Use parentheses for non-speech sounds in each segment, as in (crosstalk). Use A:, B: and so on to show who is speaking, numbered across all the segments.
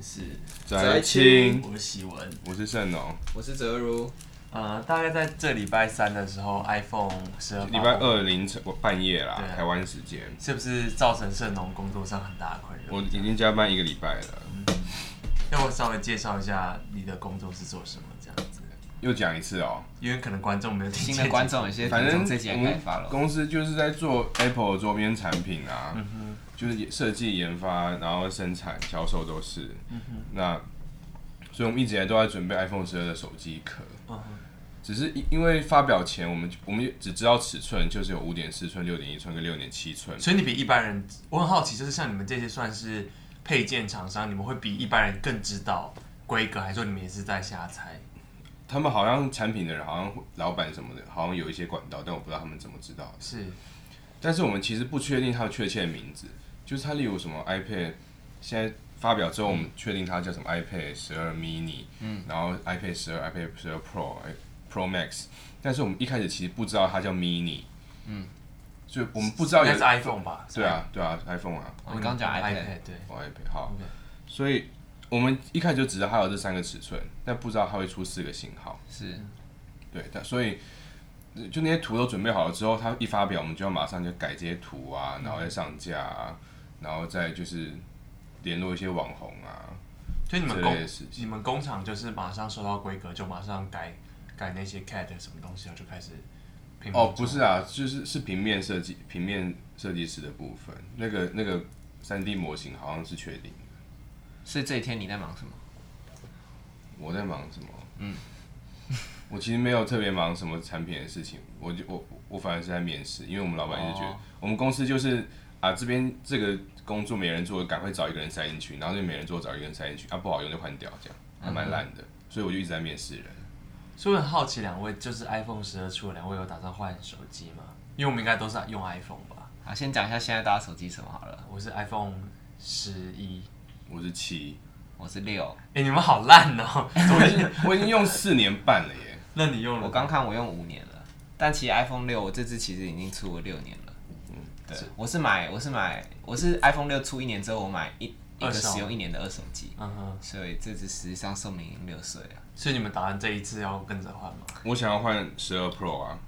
A: 是
B: 翟青
A: 我是喜文。
B: 我是盛农。
C: 我是泽如，
A: 呃，大概在这礼拜三的时候，iPhone 十二
B: 礼拜二凌晨我半夜啦
A: 对，啊
B: 台湾时间，
A: 是不是造成盛农工作上很大的困扰？
B: 我已经加班一个礼拜了。
A: 嗯要不要稍微介绍一下你的工作是做什么这样子？
B: 又讲一次哦、
A: 因为可能观众没有听
C: 新
A: 见
C: 的观众有 (laughs) 些
B: 反正
C: 听众这集
B: 我
C: 也开
B: 们
C: 发了，
B: 公司就是在做 Apple 的周边产品啊，
A: 嗯
B: 就是设计、研发，然后生产、销售都是。
A: 嗯
B: 那所以我们一直以来都在准备 iPhone 十二的手机壳，
A: 嗯哼
B: 只是因因为发表前我们我们只知道尺寸，就是有五点四寸、六点一寸跟六点七寸。
A: 所以你比一般人，我很好奇，就是像你们这些算是配件厂商，你们会比一般人更知道规格，还是说你们也是在瞎猜？
B: 他们好像产品的人，好像老板什么的，好像有一些管道，但我不知道他们怎么知道的。
A: 是
B: 但是我们其实不确定它的确切名字，就是它例如什么 iPad，现在发表之后我们确定它叫什么 iPad 十二 mini，嗯，然后 iPad 十二、iPad 十二 Pro、Pro Max，但是我们一开始其实不知道它叫 mini，嗯，所以我们不知
A: 应
B: 道
A: 该
B: 有
A: 是 iPhone 吧？
B: 对啊对啊 iPhone 啊，
C: 我哦刚刚讲 iPad，
A: iPad 对。
B: 哦 iPad 好
A: OK，
B: 所以我们一开始就只知道它有这三个尺寸，但不知道它会出四个型号，
C: 是
B: 对，但所以呃就那些图都准备好了之后，它一发表，我们就要马上就改这些图啊，然后再上架啊，然后再就是联络一些网红啊
A: 所以你
B: 之
A: 们
B: 类
A: 工
B: 的事情。
A: 你们工厂就是马上收到规格就马上改改那些 CAD 什么东西，然后就开始拼命做
B: 哦，不是啊，就是是平面设计，平面设计师的部分，那个那个三 D 模型好像是确定。
C: 是这一天你在忙什么？
B: 我在忙什么？嗯， (laughs) 我其实没有特别忙什么产品的事情，我就我我反而是在面试，因为我们老板就觉得、
C: 哦
B: 我们公司就是啊这边这个工作没人做，赶快找一个人塞进去，然后就没人做找一个人塞进去，啊不好用就换掉，这样还蛮烂的，所以我就一直在面试人。
A: 所以我很好奇，两位就是 iPhone 十二出了，两位有打算换手机吗？因为我们应该都是用 iPhone 吧？
C: 好，先讲一下现在大家手机什么好了。
A: 我是 iPhone 十一。
B: 我是七，
C: 我是六，
A: 哎、你们好烂哦、 (laughs)
B: 我已经我已经用四年半了耶，
A: 那你用了
C: 我刚看我用五年了，但其实 iPhone 六我这支其实已经出了六年了。嗯对，我是买我是买我是 iPhone 六出一年之后，我买一一
A: 二
C: 个
A: 手
C: 使用一年的二手机，
A: 嗯哼，
C: 所以这只实际上寿命已经六岁了。
A: 所以你们打算这一次要跟着换吗？
B: 我想要换十二 Pro 啊，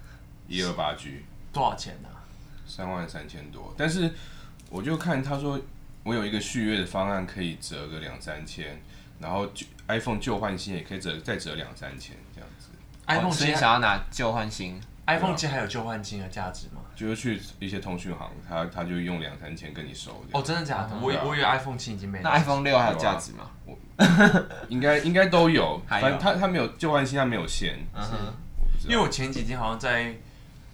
B: 一二八 G。
A: 多少钱啊呢、
B: 三万三千多，但是我就看他说我有一个续约的方案可以折个两三千，然后旧 iPhone 旧换新也可以折再折两三千这样子，
A: iPhone
C: 哦所以
A: 七
C: 想要拿旧换新，
A: iPhone 七还有旧换金的价值吗？
B: 就是去一些通讯行，他他就用两三千跟你收这
A: 哦，
B: 样，
A: 真的假的？我以
B: 对啊
A: 我以为 iPhone 七已经没了。
C: 那 iPhone 六还有啊价值吗？
B: 应该应该都有，
C: 还
B: 反
C: 有
B: 正他他没有旧换新，他没有限，
C: 嗯哼，
B: 啊
A: 因为我前几天好像在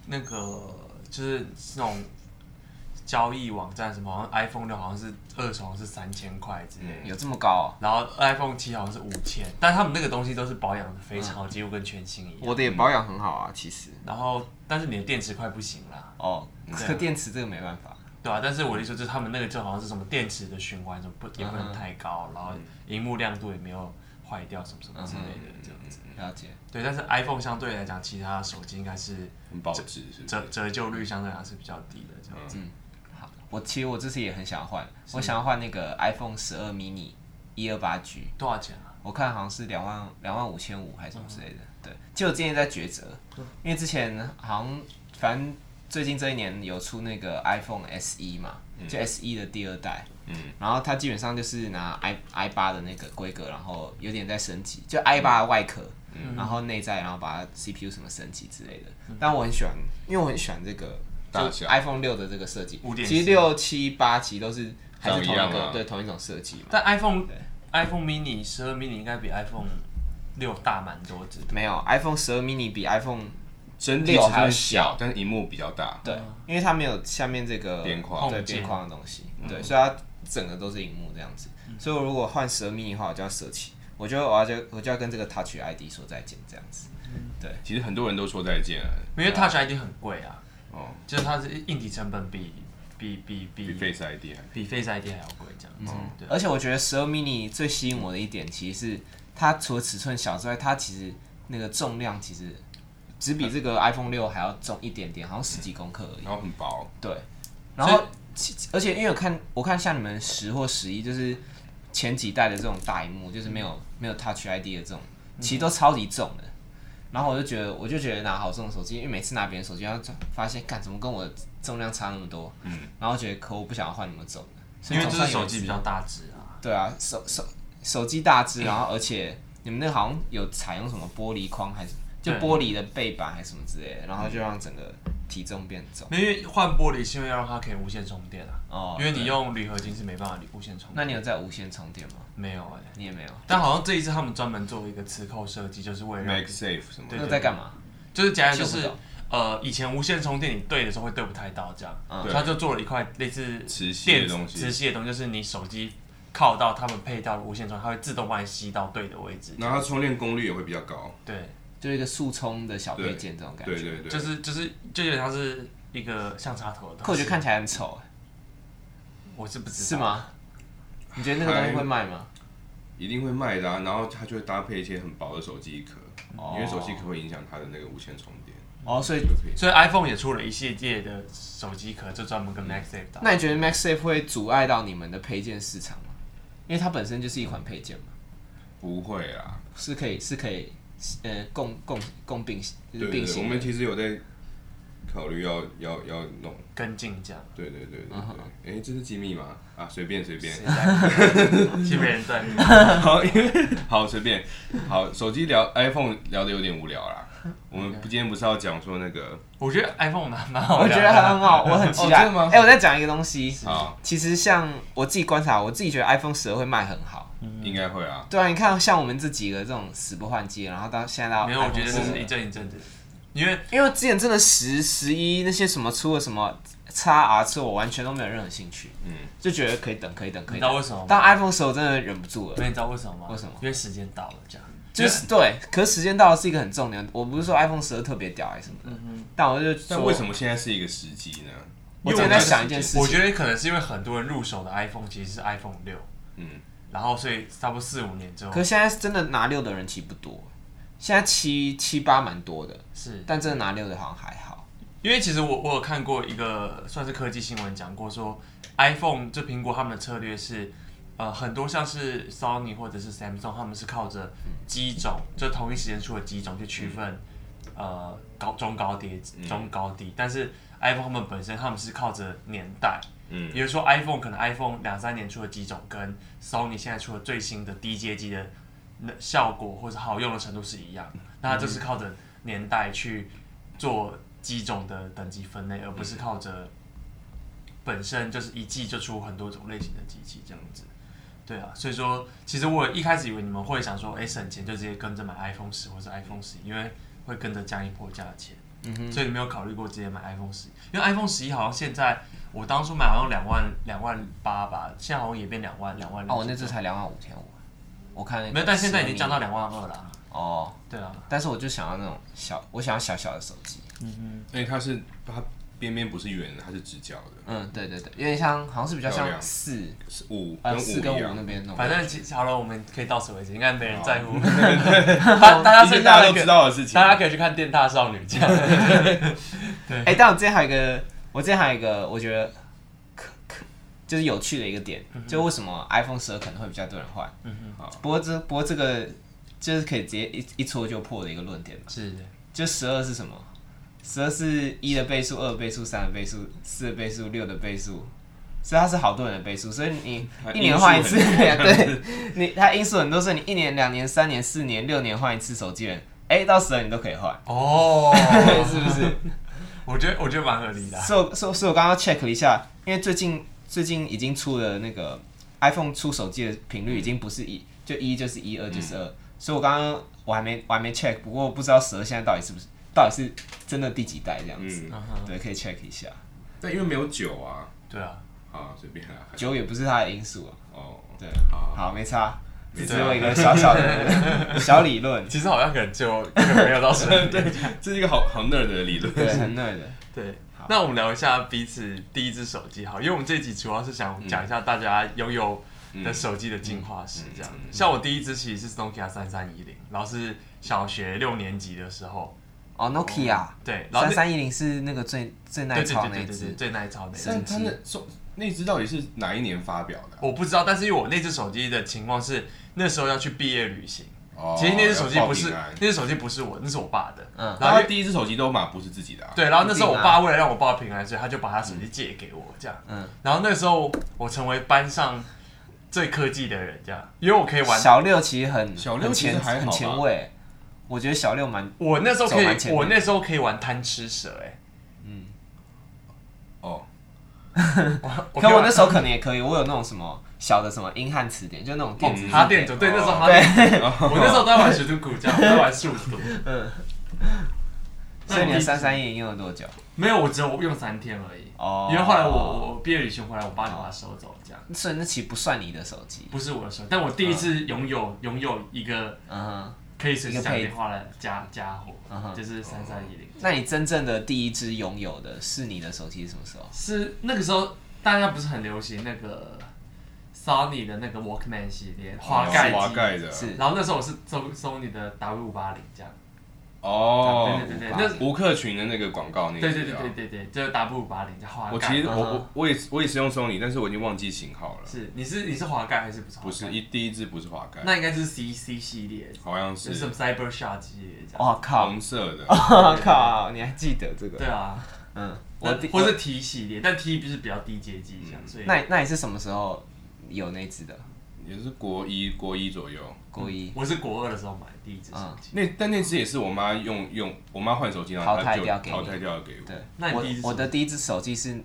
A: 那个就是那种交易网站什么，好像 iPhone 六好像是二手好像是三千块之类的，
B: 嗯
C: 有这么高、哦？
A: 然后 iPhone 七好像是五千，但他们那个东西都是保养的非
B: 嗯
A: 常好，几乎跟全新一样。
C: 我的也保养很好啊，其实。
A: 然后，但是你的电池快不行啦，
C: 哦，
A: 对啊
C: 可电池这个没办法。
A: 对啊，但是我的意思就是他们那个就好像是什么电池的循环，什么不也不能太高，
B: 嗯
A: 然后荧幕亮度也没有坏掉，什么什么之类
B: 嗯
A: 的这样子。
C: 了解，
A: 对，但是 iPhone 相对来讲，其他手机应该是
B: 很保值是不是？
A: 折折旧率相对来讲是比较低的这样子。
C: 我其实我这次也很想要换，我想要换那个 iPhone 十二 mini 一二八 G，
A: 多少钱啊？
C: 我看好像是两万两万五千五还是什么之类的。对，就我之前在抉择，因为之前好像反正最近这一年有出那个 iPhone SE 嘛，
B: 嗯
C: 就 SE 的第二代，嗯，然后它基本上就是拿 i i 八的那个规格，然后有点在升级，就 i 八外壳。
B: 嗯
C: 然后内在，然后把它 CPU 什么升级之类的。但我很喜欢，因为我很喜欢这个
B: 大
C: 就
B: 小
C: iPhone 六的这个设计
A: 5.4。
C: 其实六七八其实都是还
B: 长
C: 是
B: 一
C: 同一
B: 样
C: 个
B: 啊
C: 对同一种设计嘛。
A: 但 iPhone iPhone mini 十二 mini 应该比 iPhone
B: 嗯
A: 六大蛮多只。
C: 没有 iPhone 十二 mini 比 iPhone
B: 整体
C: 六
B: 尺
C: 还
B: 寸
C: 有
B: 小，但是荧幕比较大，
C: 对，因为它没有下面这个
B: 边框
C: 对
A: 嗯空间嗯
C: 边框的东西，对，所以它整个都是荧幕这样子。所以我如果换十二 mini 的话，我就要舍弃，我就我要就我就要跟这个 Touch ID 说再见这样子。
B: 其实很多人都说再见了，
A: 因为 Touch ID 很贵啊，
B: 哦，
A: 就是它是硬体成本比比比比
B: 比 Face ID 还哦
A: 比 Face ID 还要贵这样子。嗯对，
C: 而且我觉得十二 mini 最吸引我的一点，其实是它除了尺寸小之外，它其实那个重量其实只比这个 iPhone 六还要重一点点，好像十几公克而已。
B: 然后很薄，
C: 对，然后其而且因为我看我看像你们十或十一，就是前几代的这种大荧幕，就是没
A: 嗯
C: 有没有 Touch ID 的这种，其实都超级重的。然后我就觉得，我就觉得拿好重的手机，因为每次拿别人手机，然后就发现，干怎么跟我的重量差那么多？嗯，然后觉得可我不想要换那么重的，所以
A: 因为就
C: 总算
A: 是
C: 有
A: 手机比较大只啊，
C: 对啊，手手手机大只，然后而且你们那个好像有采用什么玻璃框还是就
A: 对
C: 玻璃的背板还是什么之类的，然后就让整个体重变重。
A: 因为换玻璃是因为要让它可以无线充电啊，
C: 哦，
A: 因为你
C: 对
A: 用铝合金是没办法无线充电。
C: 那你有在无线充电吗？
A: 没有哎、
C: 你也没有，
A: 但好像这一次他们专门做一个磁扣设计，就是为了让
B: Make Safe 什么
A: 对
C: 那
B: 的，
C: 在干嘛？
A: 就是假如就
C: 其实
A: 是
C: 我不懂
A: 呃，以前无线充电你对的时候会对不太到这样，
C: 嗯
A: 所以他就做了一块类似
B: 磁吸的
A: 电子
B: 东西
A: 磁吸的东西就是你手机靠到他们配到的无线充，它会自动帮你吸到对的位置。
B: 然后它充电功率也会比较高，
A: 对，
C: 就一个速充的小配件这种感觉。
B: 对对对，
A: 就是就是就有点像是一个像插头的东
C: 可我
A: 西。
C: 觉得看起来很丑，
A: 我是不知道
C: 是？吗？你觉得那个东西会卖吗？
B: 一定会卖的啊，然后它就会搭配一些很薄的手机壳，
C: 哦
B: 因为手机壳会影响它的那个无线充电，
C: 哦，所以
B: 就可以。
A: 所以 iPhone 也出了一系列的手机壳，就专门跟 MagSafe 打。
C: 嗯那你觉得 MaxSafe 会阻碍到你们的配件市场吗？因为它本身就是一款配件嘛，
B: 不会啊啦，
C: 是可以是可以呃共共共并就
B: 对
C: 是
B: 对
C: 并
B: 对，我
C: 行
B: 们
C: 的。
B: 其实有在考虑要要要弄，
A: 跟进
C: (laughs)
A: 这样，
B: 对对对对
C: 嗯哼
B: 对，哎，这是机密吗？啊，随便随便
A: 谁，在？其实别人在。
B: 好，因为 (laughs) 好随便，好手机聊 iPhone 聊的有点无聊啦，我们今天不是要讲说那个
A: 我觉得 iPhone 蛮蛮好
C: 我
A: 聊
C: 觉
A: 的啊
C: 得很
B: (laughs)
C: 好，我很期
B: 哦
C: 待。
B: 真的吗
C: 哎，我再讲一个东西，
B: 啊，
C: 其实像我自己观察，我自己觉得 iPhone 十二会卖很好。
B: 应该会啊，
C: 对啊，你看像我们这几个这种死不换机，然后到现在到
A: 没有，我
C: iPhone
A: 觉得这
C: 12
A: 是一阵一阵的，因为
C: 因为之前真的十十一那些什么出了什么 x R 之后，我完全都没有任何兴趣，
B: 嗯，
C: 就觉得可以等，可以等，可
A: 你
C: 以
A: 知道
C: 等。
A: 为什么吗？
C: 但 iPhone 十我真的忍不住
A: 那
C: 了，
A: 你知道为什么吗？
C: 为什么
A: 因为时间到了，这样。
C: 就是对，可是时间到了是一个很重点。我不是说 iPhone 十特别屌还是什么
A: 嗯
C: 的，但我就
B: 但为什
C: 么？
B: 么现在是一个时机呢？
C: 我
A: 因为
C: 之前
A: 觉得
C: 在想一件事
A: 我
C: 情，
A: 觉得可能是因为很多人入手的 iPhone 其实是 iPhone 六，
B: 嗯，
A: 然后所以差不多四五年之后
C: 可是现在真的拿六的人其实不多，现在七七八蛮多的，
A: 是，
C: 但真的拿六的好像还好。
A: 因为其实我我有看过一个算是科技新闻讲过说，iPhone 就苹果他们的策略是。呃，很多像是 Sony 或者是 Samsung，他们是靠着机种，就同一时间出的机种去区分，呃，高中高低中高低。但是 iPhone 他们本身他们是靠着年代，
B: 嗯
A: 比如说 iPhone 可能 iPhone 两三年出的机种，跟 Sony 现在出的最新的低阶机的那效果或者好用的程度是一样，
C: 嗯
A: 那它就是靠着年代去做机种的等级分类，而不是靠
C: 嗯
A: 着本身就是一季就出很多种类型的机器这样子。对啊，所以说其实我一开始以为你们会想说，哎，省钱就直接跟着买 iPhone 十或是 iPhone 十，因为会跟着降一波价钱。
C: 嗯哼，
A: 所以你没有考虑过直接买 iPhone 十，因为 iPhone 十一好像现在我当初买好像两万两万八吧，现在好像也变两万两万。
C: 哦，我那只才两万五千五，我看那个
A: 嗯没有，但现在已经
C: 12
A: 降到两万二了。
C: 哦。
A: 对啊，
C: 但是我就想要那种小，我想要小小的手机。
B: 哎，它是它边边不是圆的，它是直角的，
C: 嗯，对对对，有点像，好像是比较
B: 漂
C: 像
B: 亮
C: 四
B: 是五
C: 呃
B: 跟
C: 四跟
B: 五一
C: 五那
B: 样，
C: 边那种。哦
A: 反正其好了，我们可以到此为止，应该没人在乎。
B: 大
A: (laughs) 大大家剩下
B: 大家
A: 的
B: 都知道的事情
A: 大，家可以去看《电大少女》
C: (laughs)
A: 这样。
C: 哎，但我之前还有一个，我之前还有一个，我觉得可可就是有趣的一个点，就为什么 iPhone 十二可能会比较多人换。哦
A: 嗯
B: 哼
C: 不过这不过这个就是可以直接一一戳就破的一个论点嘛。
A: 是，
C: 就十二是什么？十二是一的倍数、二的倍数、三的倍数、四的倍数、六的倍数，所以它是好多人的倍数。所以你
B: 它
C: 一年换一次， (laughs) 对，你它因素很多，所以你一年、两年、三年、四年、六年换一次手机人，哎、到十二你都可以换， (laughs)
A: 哦，
C: 是不是？
A: 我觉得我觉得蛮合理的啊。
C: 所以我，所以，所以我刚刚 check 了一下，因为最近最近已经出了那个 iPhone 出手机的频率已经不是一就一就是一，二就是二、所以我刚刚我还没我还没 check，不过我不知道十二现在到底是不是到底是真的第几代这样子。
B: 嗯，
A: 嗯哼
C: 对，可以 check 一下。
B: 但因为没有酒啊，
A: 对啊，
B: 啊，随便啊，
C: 酒也不是它的因素啊。
B: 哦，
C: 对，
B: 好，
C: 好，没差，
A: 没
C: 这
A: 差
C: 只有一个小小
A: (laughs)
C: 的小理论，
A: 其实好像可能就根本没有
C: (laughs)
A: 到十二年。
B: 这是一个好好 nerd 的理论，
C: 对，很嫩的。
A: 对，那我们聊一下彼此第一只手机好，因为我们这一集主要是想讲一下大家拥有
B: 嗯
A: 的手机的进化史，这
C: 嗯
A: 样。像我第一只其实是 Nokia 三三一零，然后是小学六年级的时候，
C: 哦，Nokia
A: 对，然后
C: 三
A: 那
C: 三一零是那个最最耐
A: 对对
C: 操那
A: 对
C: 一
A: 对对，
C: 只，
A: 最耐操那一只
C: 是
B: 但它的手那只到底是哪一年发表的啊？
A: 我不知道，但是因为我那只手机的情况是那时候要去毕业旅行，
B: 哦
A: 其实那只手机不是
B: 要报平安
A: 那只手机不是我，那是我爸的。
C: 嗯
A: 然
B: 然
A: 后
B: 后
A: 因为
B: 第一只手机都嘛不是自己的啊。
A: 对，然后那时候我
C: 一定
A: 爸为了让我报平安，所以他就把他手机借给我这样。
C: 嗯，
A: 然后那时候我成为班上最科技的人这样，因为我可以玩。
C: 小六其实很
B: 小六
C: 很
B: 其实
C: 前
B: 还好吧
C: 很前卫，我觉得小六蛮
A: 我那时候可
C: 走蛮前
A: 以，
C: 面
A: 我那时候可以玩贪吃蛇、欸，
B: 哦，
A: 哎，
C: 可我
A: 以
C: 那
A: 玩
C: 时候可能也可以，我有那种什么小的什么英汉词典，就那种电子哦
A: 哈
C: 字
A: 哦电
C: 典。
A: 走，对，那时
B: 哦
A: 候哈
C: 对
A: 电走，我那时候都在玩学徒骨，这样我在玩数
B: (laughs) 哦
A: 独。
C: 所以你的三三一用了多久？
A: 没有，我只有用三天而已。
C: 哦
A: 因为后来我我毕业旅行回来，我爸就把它收走，这样
C: 所以那其实不算你的手机。
A: 不是我的手，但我第一次拥有拥有一个
C: 嗯哼，
A: 可以随时讲电话的家家伙
C: 嗯，哼
A: 就是三三一零，
C: 那你真正的第一支拥有的是你的手机是什么时候？
A: 是那个时候大家不是很流行那个 Sony 的那个 Walkman 系列滑盖
B: 哦滑
A: 机，
B: 盖的，
C: 是
A: 然后那时候我是搜 Sony 的 W 五八零这样，
B: 哦，
A: 对对对对，
C: 580
A: 那
B: 吴克群的那个广告那个
A: 对
B: 资
A: 对
B: 料，
A: 对对对对，就是 W 五八零叫滑
B: 我
A: 盖
B: 其实我
C: 嗯哼
B: 我我也是我也是用 Sony，但是我已经忘记型号了。
A: 是你是你是滑盖还是不是滑盖？
B: 不是一第一只不是滑盖，
A: 那应该就是 CC 系列，
B: 好像
A: 就是什
B: 是
A: 么 Cyber Shot 系列这样。
C: 哇靠！
B: 红色
A: (laughs)
B: 的。
C: 哇靠！你还记得这个？
A: 对啊，
C: 嗯，我
A: 我
C: 第嗯
A: 或是 T 系列，但 T 不是比较低阶机这样，所以
C: 那你那你是什么时候有那支的？
B: 也是国一国一左右。
C: 国一
A: 我是国二的时候买的第一只手
C: 嗯
A: 机。
B: 那但那只也是我妈用用，我妈换手机然后
C: 淘
B: 她
C: 汰
B: 就
C: 掉给你
B: 淘汰掉给我。
C: 对，
A: 那你
C: 我
A: 第一支
C: 我的第一只手机是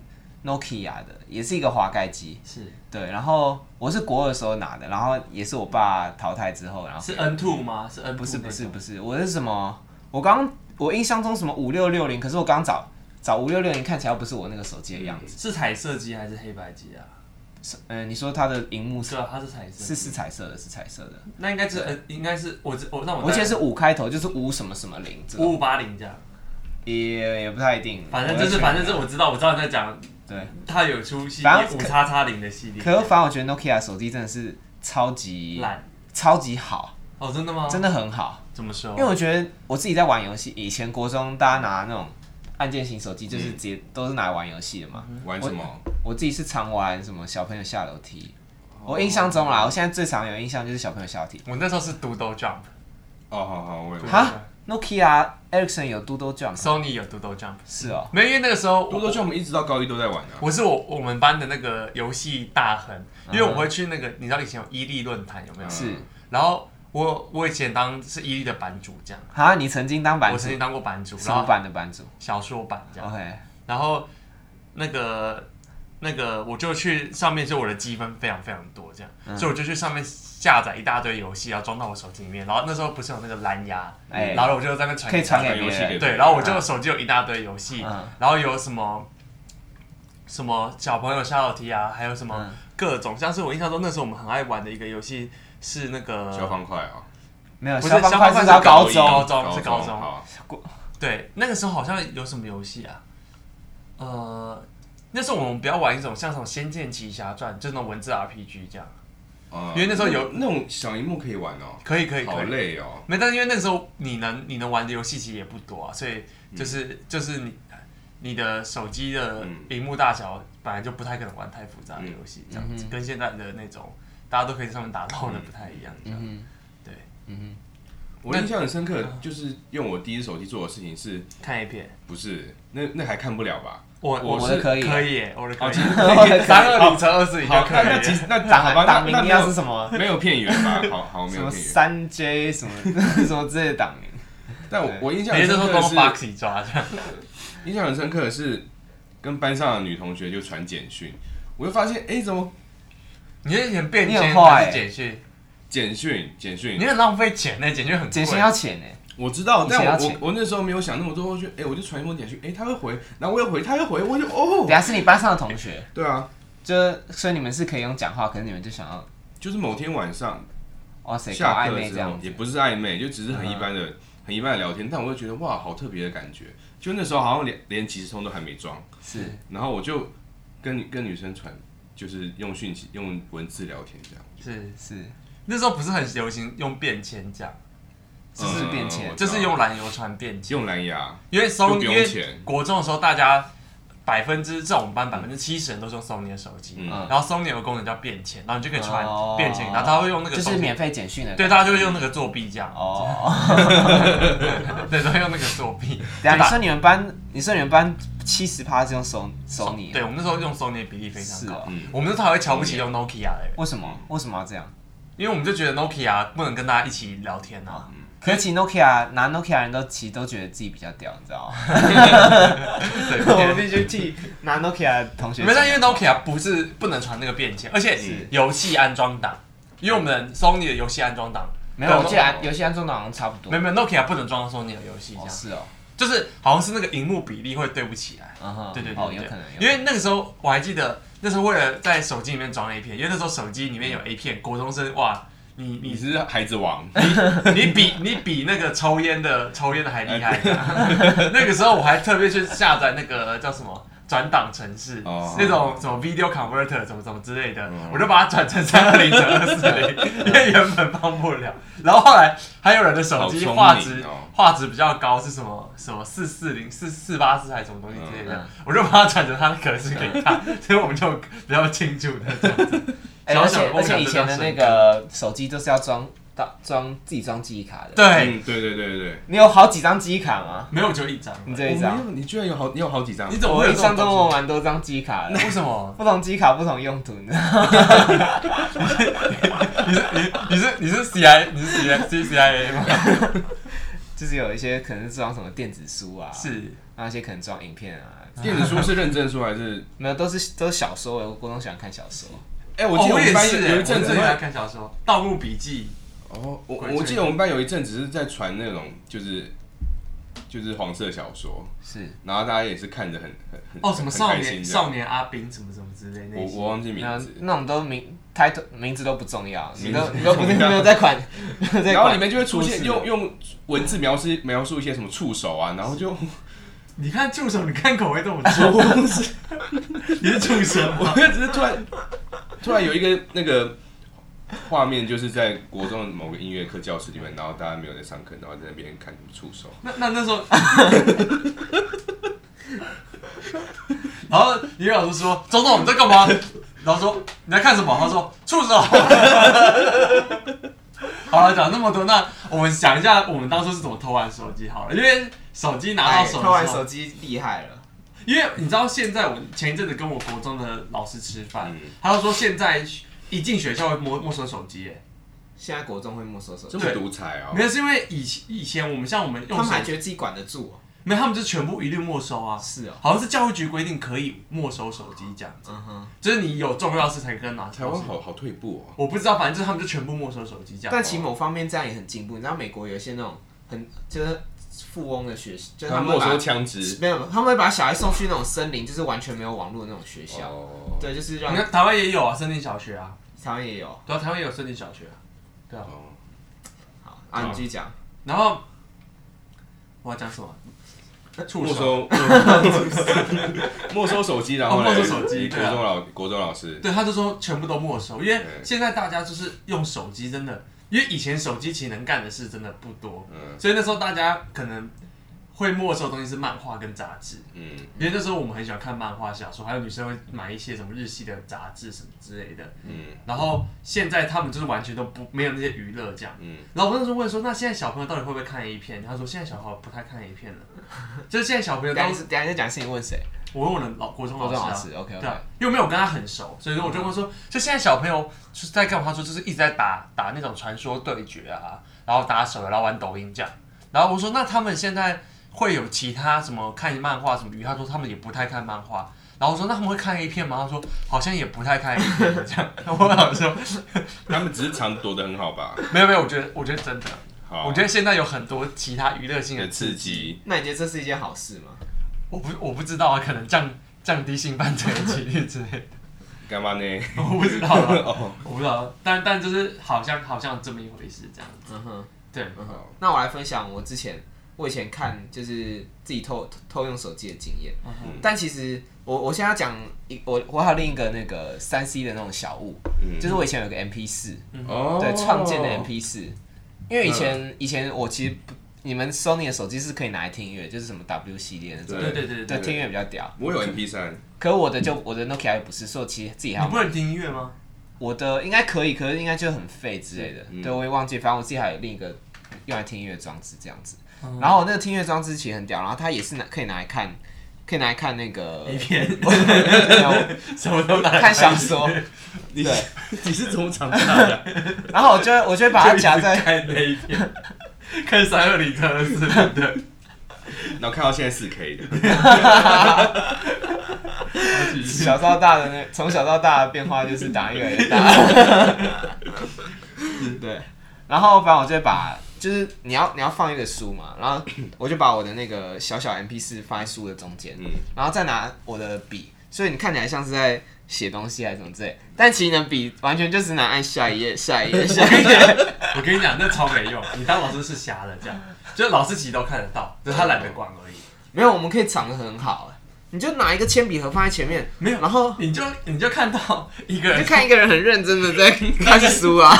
C: Nokia 的，也是一个滑盖机。
A: 是
C: 对，然后我是国二的时候拿的，然后也是我爸淘汰之后，然后
A: 是 N two 吗？是 N
C: 嗯不是不是不是，我是什么？我刚我印象中什么五六六零，可是我刚找找五六六零看起来又不是我那个手机的样子。
A: 是彩色机还是黑白机啊？
C: 是嗯、你说它的荧幕是
A: 对啊，它是彩色，
C: 是是彩色的，是彩色的，
A: 那应该是 N，应该是我只我那我
C: 我记得是五开头，就是五什么什么零，这种
A: 五五八零这样，
C: 也也不太一定。
A: 反正
C: 我在
A: 就是
C: 想
A: 反正是我知道我知道你在讲，
C: 对。
A: 它有出系
C: 反
A: 列
C: 正
A: 五叉叉零的系列，
C: 可是反而我觉得 Nokia 手机真的是超级
A: 烂
C: 超级好，
A: 哦，真的吗？
C: 真的很好。
A: 怎么说
C: 因为？我觉得我自己在玩游戏，以前国中大家拿那种按键型手机，
A: 嗯
C: 就是直接都是拿来玩游戏的嘛。
B: 玩什么？
C: 我自己是常玩什么小朋友下楼梯，
A: 哦
C: 我印象中啦，我现在最常有印象就是小朋友下楼梯。
A: 我那时候是 Doodle Jump，Sony
B: 哦，好好，我也
A: 对
C: 哈，Nokia Ericsson 有 Doodle Jump，
A: 有 Doodle Jump，
C: 是哦，
A: 没有因为那个时候
B: 多多就我们一直到高一都在玩啊。
A: 我是我我们班的那个游戏大亨，因为我会去那个，你知道以前有伊利论坛有没有？
C: 嗯是
A: 然后我我以前当是伊利的版主这样，
C: 哈，你曾经当版
A: 我
C: 主
A: 曾，经当过版主，
C: 什
A: 然
C: 么
A: 后
C: 版的哦版主
A: 小说版这样，
C: ？OK，
A: 然后那个那个我就去上面，就我的积分非常非常多这样，
C: 嗯
A: 所以我就去上面下载一大堆游戏，然后装到我手机里面，然后那时候不是有那个蓝牙，
C: 哎
A: 然后我就在那边传
C: 可以传
B: 给
C: 给别
B: 游戏
C: 人
B: 给。
A: 对，然后我就手机有一大堆游戏
C: 嗯，
A: 然后有什么什么小朋友下楼梯啊，还有什么
C: 嗯
A: 各种，像是我印象中那时候我们很爱玩的一个游戏是那
B: 消
A: 个，
B: 方块啊，
C: 没有，
A: 不是
C: 消防
A: 消防
C: 快
A: 快
C: 是
A: 是
C: 到高
A: 高一高
C: 中，
A: 中是高中
B: 好，
A: 对，那个时候好像有什么游戏啊，呃，那时候我们不要玩一种像什么《仙剑奇侠传》就那种文字 RPG 这样，
B: 嗯
A: 因为那时候有
B: 那种小荧幕可以玩哦，
A: 可以可以
B: 好
A: 可以。
B: 累哦。
A: 没，但是因为那个时候你能你能玩的游戏其实也不多啊，所以就是、就是你你的手机的
B: 嗯
A: 荧幕大小本来就不太可能玩太复杂的游戏，这样子、
C: 嗯哼
A: 跟现在的那种大家都可以在上面打斗的不太一样，这样、
C: 嗯
A: 对，
C: 哼，嗯
B: 我印象很深刻，就是用我第一只手机做的事情是，
A: 看一遍。
B: 不是那那还看不了吧？
A: 我
B: 我
A: 是
C: 的可以啊
A: 可以耶，我的可
B: 哦
A: 以
B: 其
A: (laughs)
B: 实
A: 耶，三二零乘二四应该
B: 好，那
A: 可
B: 那
A: 以
B: 其
A: 耶。
B: 实那
C: 哼，
B: 好吧，
C: 党党
B: 那
C: 名
B: 那没
C: 要是
B: 有
C: 什么？
B: 没有片源吧？好好没
C: 什
B: 有
C: 么
B: 片源。
C: 三 J 什么 (laughs) 什么之类的党名？
B: 但我我印象
A: 别人
B: 很深
A: 都
B: 刻
A: 说
B: 的
A: 帮
B: 是，
A: Boxy 抓这样，
B: 印象很深刻的是，跟班上的女同学就传简讯，我就发现，哎、怎么
A: 你是很变
C: 你很
A: 签
C: 坏
A: 还
C: 耶
A: 是简讯？
B: 简讯简讯
A: 你？很浪费钱呢，简讯很贵
C: 简讯要钱呢、
B: 我知道，
C: 以前
B: 但
C: 要
B: 我
C: 请
B: 我我那时候没有想那么多，我就哎、我就传一封简讯，哎、他会回，然后我又回，他又回，我就
C: 等
B: 哦，
C: 下是你班上的同学，
B: (laughs) 对啊，
C: 就是所以你们是可以用讲话，可是你们就想要
B: 就是某天晚上
C: 哇塞搞
B: 下
C: 暧
B: 课
C: 昧
B: 的
C: 这
B: 时候
C: 样，子嗯
B: 也。不是暧昧，就只是很一般的、很一般的聊天，但我就觉得哇，好特别的感觉，就那时候好像连连即时通都还没装，
C: 是
B: 然后我就跟跟女生传，就是用讯息用文字聊天这样。
A: 是
C: 是，
A: 那时候不是很流行用便签这样，
C: 就是变迁
B: 我知
A: 就
B: 道
A: 是用蓝邮传便签。
B: 用蓝牙，
A: 因为
B: 啊就
A: Sony
B: 不
A: 因
B: 用
A: 为
B: 钱
A: 国中的时候，大家百分之这种班百分之七十人都是用 Sony 的手机，
C: 嗯
A: 然后 Sony 有个功能叫便签，然后你就可以传
C: 哦
A: 便签，然后他会用那个
C: 就
A: 手
C: 是
A: 机
C: 免费简讯的，
A: 对，大家就会用那个作弊这样，
C: 哦。
A: (laughs) 对，都会用那个作弊。
C: (laughs) 等一
A: 就
C: 下，你
A: 打
C: 说你们班，你说你们班七十趴是用手手你，啊
A: 对，我们那时候用 Sony 的比例非常
C: 是
A: 高，
C: 哦，
B: 嗯
A: 我们那时候还会瞧不起用 Nokia 的人，
C: 为什么？为什么要这样？
A: 因为我们就觉得 Nokia 不能跟大家一起聊天啊。
C: 可是其实 Nokia 拿 Nokia 人都其实都觉得自己比较屌，你
A: (laughs)
C: 知道吗？
A: 对，
C: 我 (laughs) 们必须替拿 Nokia 的同学
A: 没
C: 讲，
A: 有，但因为 Nokia 不是不能传那个便签，而且
C: 是
A: 游戏安装档，因为我们 Sony 的游戏安装档，
C: 没有，我记得
B: 哦
C: 安游戏安装的好像差不多
A: 没有。没有 Nokia 不能装 Sony 的游戏，这
C: 哦
A: 样
C: 是哦，
A: 就是好像是那个荧幕比例会对不起来。
C: 嗯哼，
A: 对对对
C: 哦，
A: 对
C: 有
A: 对
C: 可能，有可
A: 因
C: 能
A: 为那个时候我还记得，那时候为了在手机里面装 A 片，因为那时候手机里面有 A 片，国中生哇，你
B: 你
A: 你
B: 是孩子王，
A: (laughs) 你比你比那个抽烟的抽烟的还厉害。啊
B: (laughs)
A: 那个时候我还特别去下载那个叫什么转档程式，
B: 哦
A: 那种什么 video converter 什么什么之类的
B: 嗯，
A: 我就把它转成三二零乘二四
B: (laughs)
A: 零，因为原本放不了。然后后来还有人的手机
B: 好聪明
A: 画质
B: 哦
A: 画质比较高，是什么什么四四零四四八四还是什么东西之类
C: 嗯
A: 的
C: 嗯，
A: 我就把它转成它的格式给他， (laughs) 所以我们就比较清楚的这样子。
C: (laughs) 哎
A: 小
C: 而
A: 小的
C: 且
A: 梦
C: 而且
A: 想
C: 以
A: 真
C: 前
A: 要
C: 的
A: 深
C: 那
A: 刻
C: 个手机都是要装到装自己装记忆卡的。，
A: 对，
B: 嗯，对对对对，哦
C: 你有好几张记忆卡吗？
A: 没有只有一张，
C: 你这一张，
B: 有，你居然有好，你有好几张
A: 你怎么
C: 我
A: 会有
C: 印
A: 这种
C: 象中我
A: 东西？
C: 蛮多张记忆
A: (laughs)
C: 卡的，
A: 为什么？
C: 不同记忆卡不同用途，你知道吗
A: 你是你你是你是 C I 你是 C I C C I A 吗？
C: 就是有一些可能是装什么电子书啊，，
A: (laughs) 是
C: 那有些可能装影片啊，
B: 电子书是认证书还是？
C: 没有都是都是小说，我国中喜欢看小说，
B: 哎，
A: (laughs) 哦
B: 我记得
A: 我
B: 们
A: 也
B: 班
A: 是欸，
B: 有一阵子
A: 我也爱看小说，《盗墓笔记
B: 哦，我
A: 鬼
B: 我
A: 吹
B: 记得我们班有一阵子是在传那种就是就是黄色小说，
C: 是，
B: 然后大家也是看着很很》很
A: 哦，什么
B: 很
A: 少
B: 开心
A: 年
B: 这样
A: 少年阿兵什么什么之类
B: 我
A: 那
B: 我
A: 些。
B: 忘记名
C: 那
B: 字，
C: 那种都名 title 名字都不重要，你
B: 名
C: 都
B: 字
C: 你都不
B: 不
C: 是
B: 重要
C: 没有在管， (laughs) 没有在
B: 然后里
C: 管，
B: 面就会出现
C: 故事
B: 用用文字描述描述一些什么触手啊，然后就
A: 你看助手，你看口味这么
B: (laughs)
A: 重， (laughs) 你是助手吗？
B: 我就只是突然突然有一个那个画面，就是在国中的某个音乐课教室里面，然后大家没有在上课，然后在那边看什么触手。
A: 那那那时候， (laughs) 然后李老师说：“周总，你在干嘛？”然后说：“你在看什么？”他说：“触手。” (laughs) 好了，讲那么多，那我们想一下，我们当初是怎么偷玩手机好了，因为手机拿到手
C: 哎偷
A: 的
C: 玩
A: 时候
C: 手机厉害了，
A: 因为你知道现在我前一阵子跟我国中的老师吃饭，
B: 嗯
A: 他就说现在一进学校会没没收手机耶，
C: 现在国中会没收手
B: 这
C: 机，
B: 么独裁啊、
A: 没有是因为以前以前我们像我们
C: 他
A: 用
C: 们
A: 手
C: 还觉得自己管得住哦，
A: 没有他们就全部一律没收啊，
C: 是哦，
A: 好像是教育局规定可以没收手机这样子，
C: 嗯哼，
A: 就是你有重要事才跟拿
B: 台
A: 手
B: 湾
A: 机。
B: 好好退步哦、
A: 我不知道，反正就是他们就全部没收手机这样。
C: 但其实某方面这样也很进步，你知道美国有一些那种很就是富翁的学，就是
B: 他
C: 他们
B: 没
C: 会把
B: 收枪支。
C: 没有，他们会把小孩送去那种森林，就是完全没有网络的那种学校。
B: 哦，
C: 对，就是让
A: 你看台湾也有啊，森林小学啊，
C: 台湾也有。
A: 对啊，台湾也有森林小学啊，对啊。
B: 哦
C: 好，啊，
B: 好
C: 你继续讲。
A: 然后我要讲什么？触
B: 没
A: 手。
B: 收没收手机，然后
A: 哦没收
B: 嘞
A: 手机
B: 国
A: 对啊
B: 中老国中老师，
A: (laughs) 对，他就说全部都没收，因为
B: 对
A: 现在大家就是用手机，真的，因为以前手机其实能干的事真的不多，
B: 嗯
A: 所以那时候大家可能会没收的东西是漫画跟杂志。
B: 嗯，
A: 因为那时候我们很喜欢看漫画、小说，还有女生会买一些什么日系的杂志什么之类的。
B: 嗯
A: 然后现在他们就是完全都不没有那些娱乐这样。
B: 嗯
A: 然后我那时候问说，那现在小朋友到底会不会看 A 片？他说现在小朋友不太看 A 片了，就是现在小
B: 嗯
A: 朋友
C: 等
A: 都
C: 下是等下再讲事情问谁？
A: 我问我的老
B: 哦
A: 国中老
C: 国中
A: 师
C: 老
A: 啊，
C: 师，OK
A: 对
C: OK
A: 啊。，因为没有跟他很熟，所以说我就问说，就现在小朋友是在干嘛？他说就是一直在打打那种传说对决啊，然后打手游，然后玩抖音这样。然后我说那他们现在会有其他什么看漫画什么娱乐？他说他们也不太看漫画。然后我说那他们会看 A 片吗？他说好像也不太看 A 片这样。我想说
B: 他们只是藏躲得很好吧？
A: 没有没有，我觉得我觉得真的，
B: 好，
A: 我觉得现在有很多其他娱乐性的
B: 很刺
A: 刺激，
B: 激，
C: 那你觉得这是一件好事吗？
A: 我不我不知道啊，可能降降低性犯罪的几率之类的。
B: 干嘛呢？
A: (laughs) 我不知道啊，我不知道，但但就是好像好像这么一回事这样。
C: 嗯哼，
A: 对，
C: 嗯哼
B: 好。
C: 那我来分享我之前我以前看就是自己偷偷用手机的经验。但其实我我现在要讲一我我还有另一个那个三 C 的那种小物，
B: 嗯
C: 就是我以前有个 MP 四，
B: 哦
C: 对，创建的 MP 四，因为以前、以前我其实不，你们 Sony 的手机是可以拿来听音乐，就是什么 W 系列那种，
A: 对对对对，
C: 对，听音乐比较屌。
B: 我有 MP 三，
C: 可我的就我的 Nokia 也不是，所以我其实自己还
A: 你
C: 要
A: 不能听音乐吗？
C: 我的应该可以，可是应该就很废之类的。对，我也忘记，反正我自己还有另一个用来听音乐装置这样子。
A: 嗯
C: 然后我那个听音乐装置其实很屌，然后它也是拿可以拿来看，可以拿来看那个
A: 一片什么都拿来
C: 看小说。
D: 你
C: 对，
D: 你是怎么长大的？
C: 然后我就我就 (laughs) 会把它夹
A: (laughs)
C: 在
A: 看那一片，看三二零三二四零的，
B: (laughs)
C: (laughs)
B: 然后看到现在四 K 的，
A: (laughs)
C: 小到大的那从小到大的变化就是打越来越大。对，然后反正我就会把就是你要你要放一个书嘛，然后我就把我的那个小小 MP 四放在书的中间，
B: 嗯
C: 然后再拿我的笔，所以你看起来像是在写东西还是什么之类，但其实你的笔完全就只拿按下一页、下一页、下一页。
A: 我跟你讲，那超没用。你当老师是瞎的，这样，就是老师其实都看得到，只是他懒得管而已。
C: 没有，我们可以藏得很好，你就拿一个铅笔盒放在前 (laughs) 面，
A: 没有
C: 然后
A: 你就你就看到一个
C: 就
A: 人，
C: 看一个人很认真的在看书啊，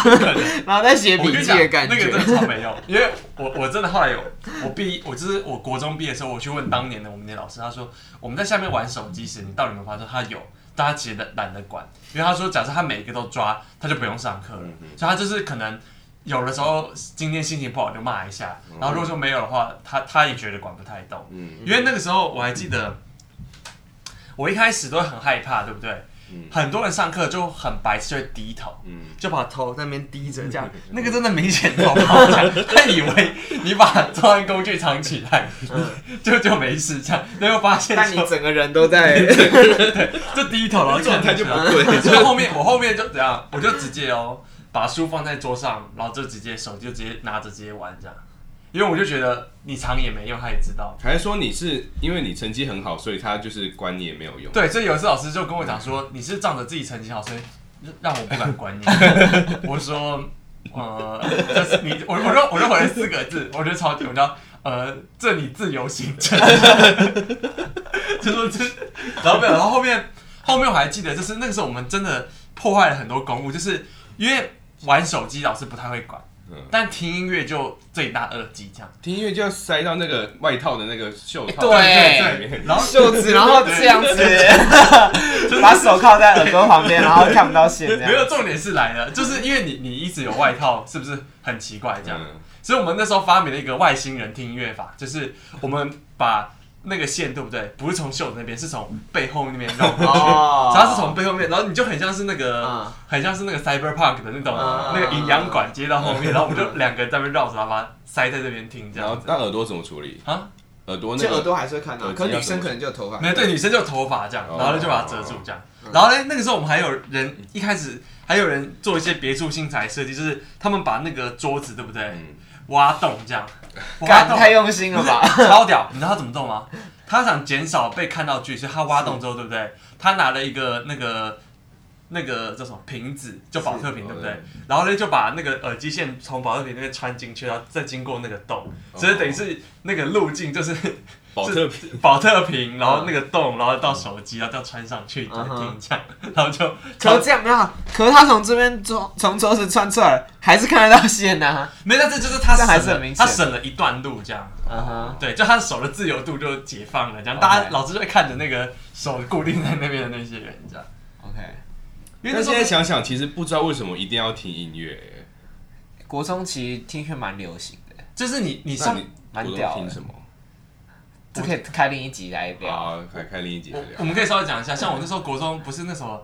C: 然后在写
A: 我
C: 笔
A: 跟你
C: 记
A: 讲
C: 的 (laughs) 感
A: 那
C: 觉
A: 个。真的超没用。因为我我真的后来有我毕我就是我国中毕业的时候，我去问当年的我们的老师，他说我们在下面玩手机时，你到底有没有发现他有？但他其实懒懒得管，因为他说，假设他每一个都抓，他就不用上课了。所以他就是可能有的时候今天心情不好就骂一下，然后如果说没有的话，他他也觉得管不太动。
B: 嗯，
A: 因为那个时候我还记得，我一开始都会很害怕，对不对？
B: 嗯
A: 很多人上课就很白痴，就会低头，
B: 嗯，
A: 就把头在那边低着，
B: (laughs)
A: 这样，那个真的明显头发这样。他以为你把作案工具藏起来，
B: 嗯
A: (laughs) 就就没事这样，然后发现
C: 但你
A: 说
C: 整个人都在，
A: 就低头，然后
B: 状态就不
A: 不 (laughs)
B: 对，
A: 所以后面我后面就怎样，我就直接哦，把书放在桌上，然后就直接手就直接拿着直接玩这样，因为我就觉得你藏也没用，他也知道。
B: 还是说你是因为你成绩很好，所以他就是管你也没有用？
A: 对，所以有一次老师就跟我讲说，你是仗着自己成绩好，所以让我不敢
B: (laughs)
A: 管你。我说，呃，就是你，我我说我说回了四个字，我觉得超级，我叫呃，这你自由行政， (laughs) 就说这，然后没有，然后后面后面我还记得，就是那个时候我们真的破坏了很多公务，就是因为玩手机老师不太会管
B: 嗯。
A: 但听音乐就罪大恶极这样，
B: 听音乐就要塞到那个外套的那个袖套，
A: 哎
C: 对
B: 对
A: 然后
C: 袖子，然后这样子，把手铐在耳朵旁边，然后看不到线这
A: 没
C: 样。
A: 有
C: (laughs)
A: 重点是来了，就是因为你你一直有外套，是不是很奇怪这样？
B: 嗯
A: 所以我们那时候发明了一个外星人听音乐法，就是我们把那个线对不对？不是从袖子那边，是从背后那边绕过去。
C: 哦
A: 它是从背后面，然后你就很像是那个，
C: 嗯
A: 很像是那个 cyberpunk 的那种、
C: 嗯
A: 那个营养管接到后面，然后我们就两个人在那边绕着它，把它塞在这边听这
B: 然
A: 样
B: 后
A: 子
B: 那耳朵怎么处理？
A: 啊。
B: 耳朵那
C: 就耳
B: 个
C: 朵还是会看到，
B: 耳机
C: 呃可
B: 要
C: 女生
B: 怎么
C: 可能就有头发。
A: 没有对，女生就有头发这样，
B: 哦
A: 然后就把它遮住这样。然后呢，那个时候我们还有人一开始还有人做一些别出心裁设计，就是他们把那个桌子对不对、
B: 嗯
A: 挖洞这样， (laughs) 挖
C: 干
A: 洞
C: (laughs) 太用心了
A: 不是
C: 吧？
A: 超屌！你知道他怎么动吗？他想减少被看到距离，所以他挖洞之后，对不对？他拿了一个那个那个叫什么瓶子，就保特瓶，对不对
B: 哦？
A: 然后呢，就把那个耳机线从保特瓶那边穿进去，然后再经过那个洞，所以等于是那个路径就是
B: 保特
A: 是保特瓶，然后那个洞，然后到手机，然后再穿上去再
C: 嗯哼
A: 听这样，然后就
C: 可是这样没有，可是他从这边从从桌子穿出来，还是看得到线啊
A: (laughs)
C: 呐。
A: 没，但是就是他
C: 这
A: 省
C: 还是很
A: 了
C: 明，显
A: 他省了一段路这样。
C: 嗯哼，
A: 对，就他手的自由度就解放了，这样大家
C: OK
A: 老师就会看着那个手固定在那边的那些人，这样。
C: ，OK。
A: 因为
B: 但
A: 那时
B: 现
A: 候
B: 在想想，其实不知道为什么一定要听音乐。
C: 国中其实听音乐蛮流行的，
A: 就是你你
B: 那
A: 上
B: 你
C: 蛮
B: 国中
C: 屌的
B: 听什么？
C: 这可以开另一集来聊。
B: 啊，开开另一集来
A: 我我
B: 聊。
A: 们可以稍微讲一下，像我那时候国中不是那什么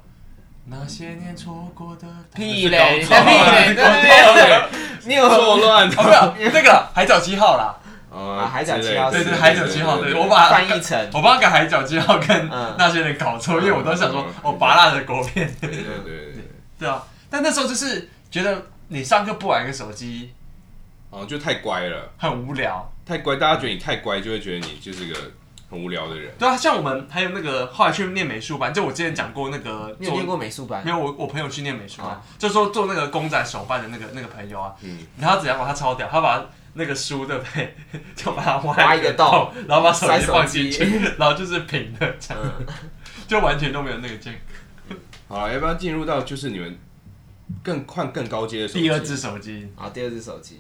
A: 那些年错过的
C: 屁嘞，你
A: 是高
C: 在屁
A: 中啊
C: 嘞，你在那边，你有
B: 错乱
A: 哦没有那个海角七号啦，
B: 啊
C: 海角七号
A: 对对海角七号，对我把
C: 翻译成
A: 我帮改海角七号跟
C: 嗯
A: 那些人搞错，因为我都想说
B: 嗯
A: 我拔蜡的国片，
B: 对对对对，
A: 对啊，但那时候就是觉得你上课不玩个手机
B: 哦，就太乖了，
A: 很无聊，
B: 太乖，大家觉得你太乖，就会觉得你就是个很无聊的人。
A: 对啊，像我们还有那个后来去念美术班，就我之前讲过那个
C: 嗯你有
A: 做
C: 念过美术班
A: 没？有，我我朋友去念美术嘛，
C: 啊
A: 就说做那个公仔手办的那个那个朋友啊，
B: 嗯
A: 然后他怎样嘛，他超屌，他把那个书对不对， (laughs) 就把它
C: 挖
A: 挖
C: 一个
A: 洞，然后把手
C: 塞
A: 机
C: 手
A: 放进
C: 机嗯
A: 去，然后就是平的这样，就完全都没有那个劲。
B: 好，要不要进入到就是你们更换更高阶的手机
A: 第二只手机，
C: 啊，第二只手机，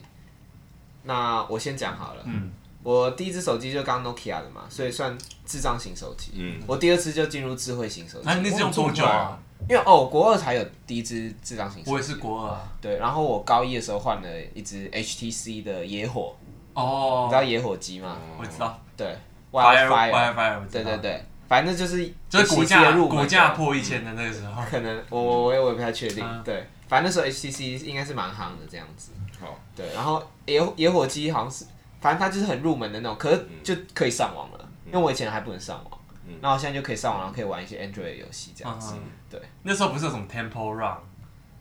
C: 那我先讲好了。嗯，我第一只手机就刚 Nokia 的嘛，所以算智障型手机。
B: 嗯，
C: 我第二次就进入智慧型手机
A: 那，啊你那是用多久啊？
C: 因为哦，我国二才有第一只智障型手
A: 我
C: 机。
A: 也是国二啊。
C: 对，然后我高一的时候换了一只 HTC 的野火，你知
A: 哦，
C: 道野火机吗？
A: 我知道
C: 对
A: Fire
C: ，Wildfire。
A: Fire，我知
C: 对
A: 道
C: 对，对，反正就是
A: 就是股
C: HTC 的嗯
A: 价
C: 入门
A: 股价破一千的那个时候。
C: 可能我我我也我也不太确定，
A: 嗯
C: 对，反正那时候 HTC 应该是蛮夯的这样子，
B: 好，
C: 对，然后野野火机好像是，反正它就是很入门的那种，可是就可以上网
A: 嗯
C: 了，因为我以前还不能上网，那我现在就可以上网，然后可以玩一些 Android 的游戏这样子，
A: 嗯
C: 对。
A: 那时候不是有什么 Temple Run？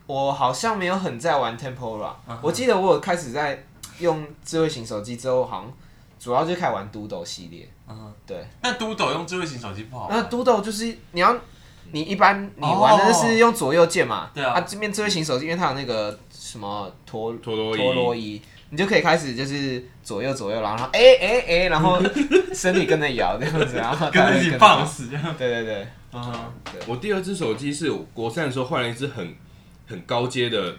C: 我好像没有很在玩 Temple Run，、我
A: 嗯
C: 记得我有开始在用智慧型手机之后，好像主要就开始玩 Doodle 系列，
A: 嗯，
C: 对，
A: 那嘟抖用智慧型手机不好玩
C: 那 Doodle 就是你要你一般你
A: 哦
C: 玩的是用左右键嘛，
A: 对啊
C: 这边智慧型手机，因为它有那个什么陀
B: 陀螺仪
C: 陀螺仪，你就可以开始就是左右左右，然后哎哎哎，
A: (laughs)
C: 然后身体跟着摇这样子，然后
A: 跟着
C: 大家
A: 你
C: 摇
A: 放死这样。
C: 对对对，
A: 嗯，
B: 我第二只手机是我国三的时候换了一只很很高阶的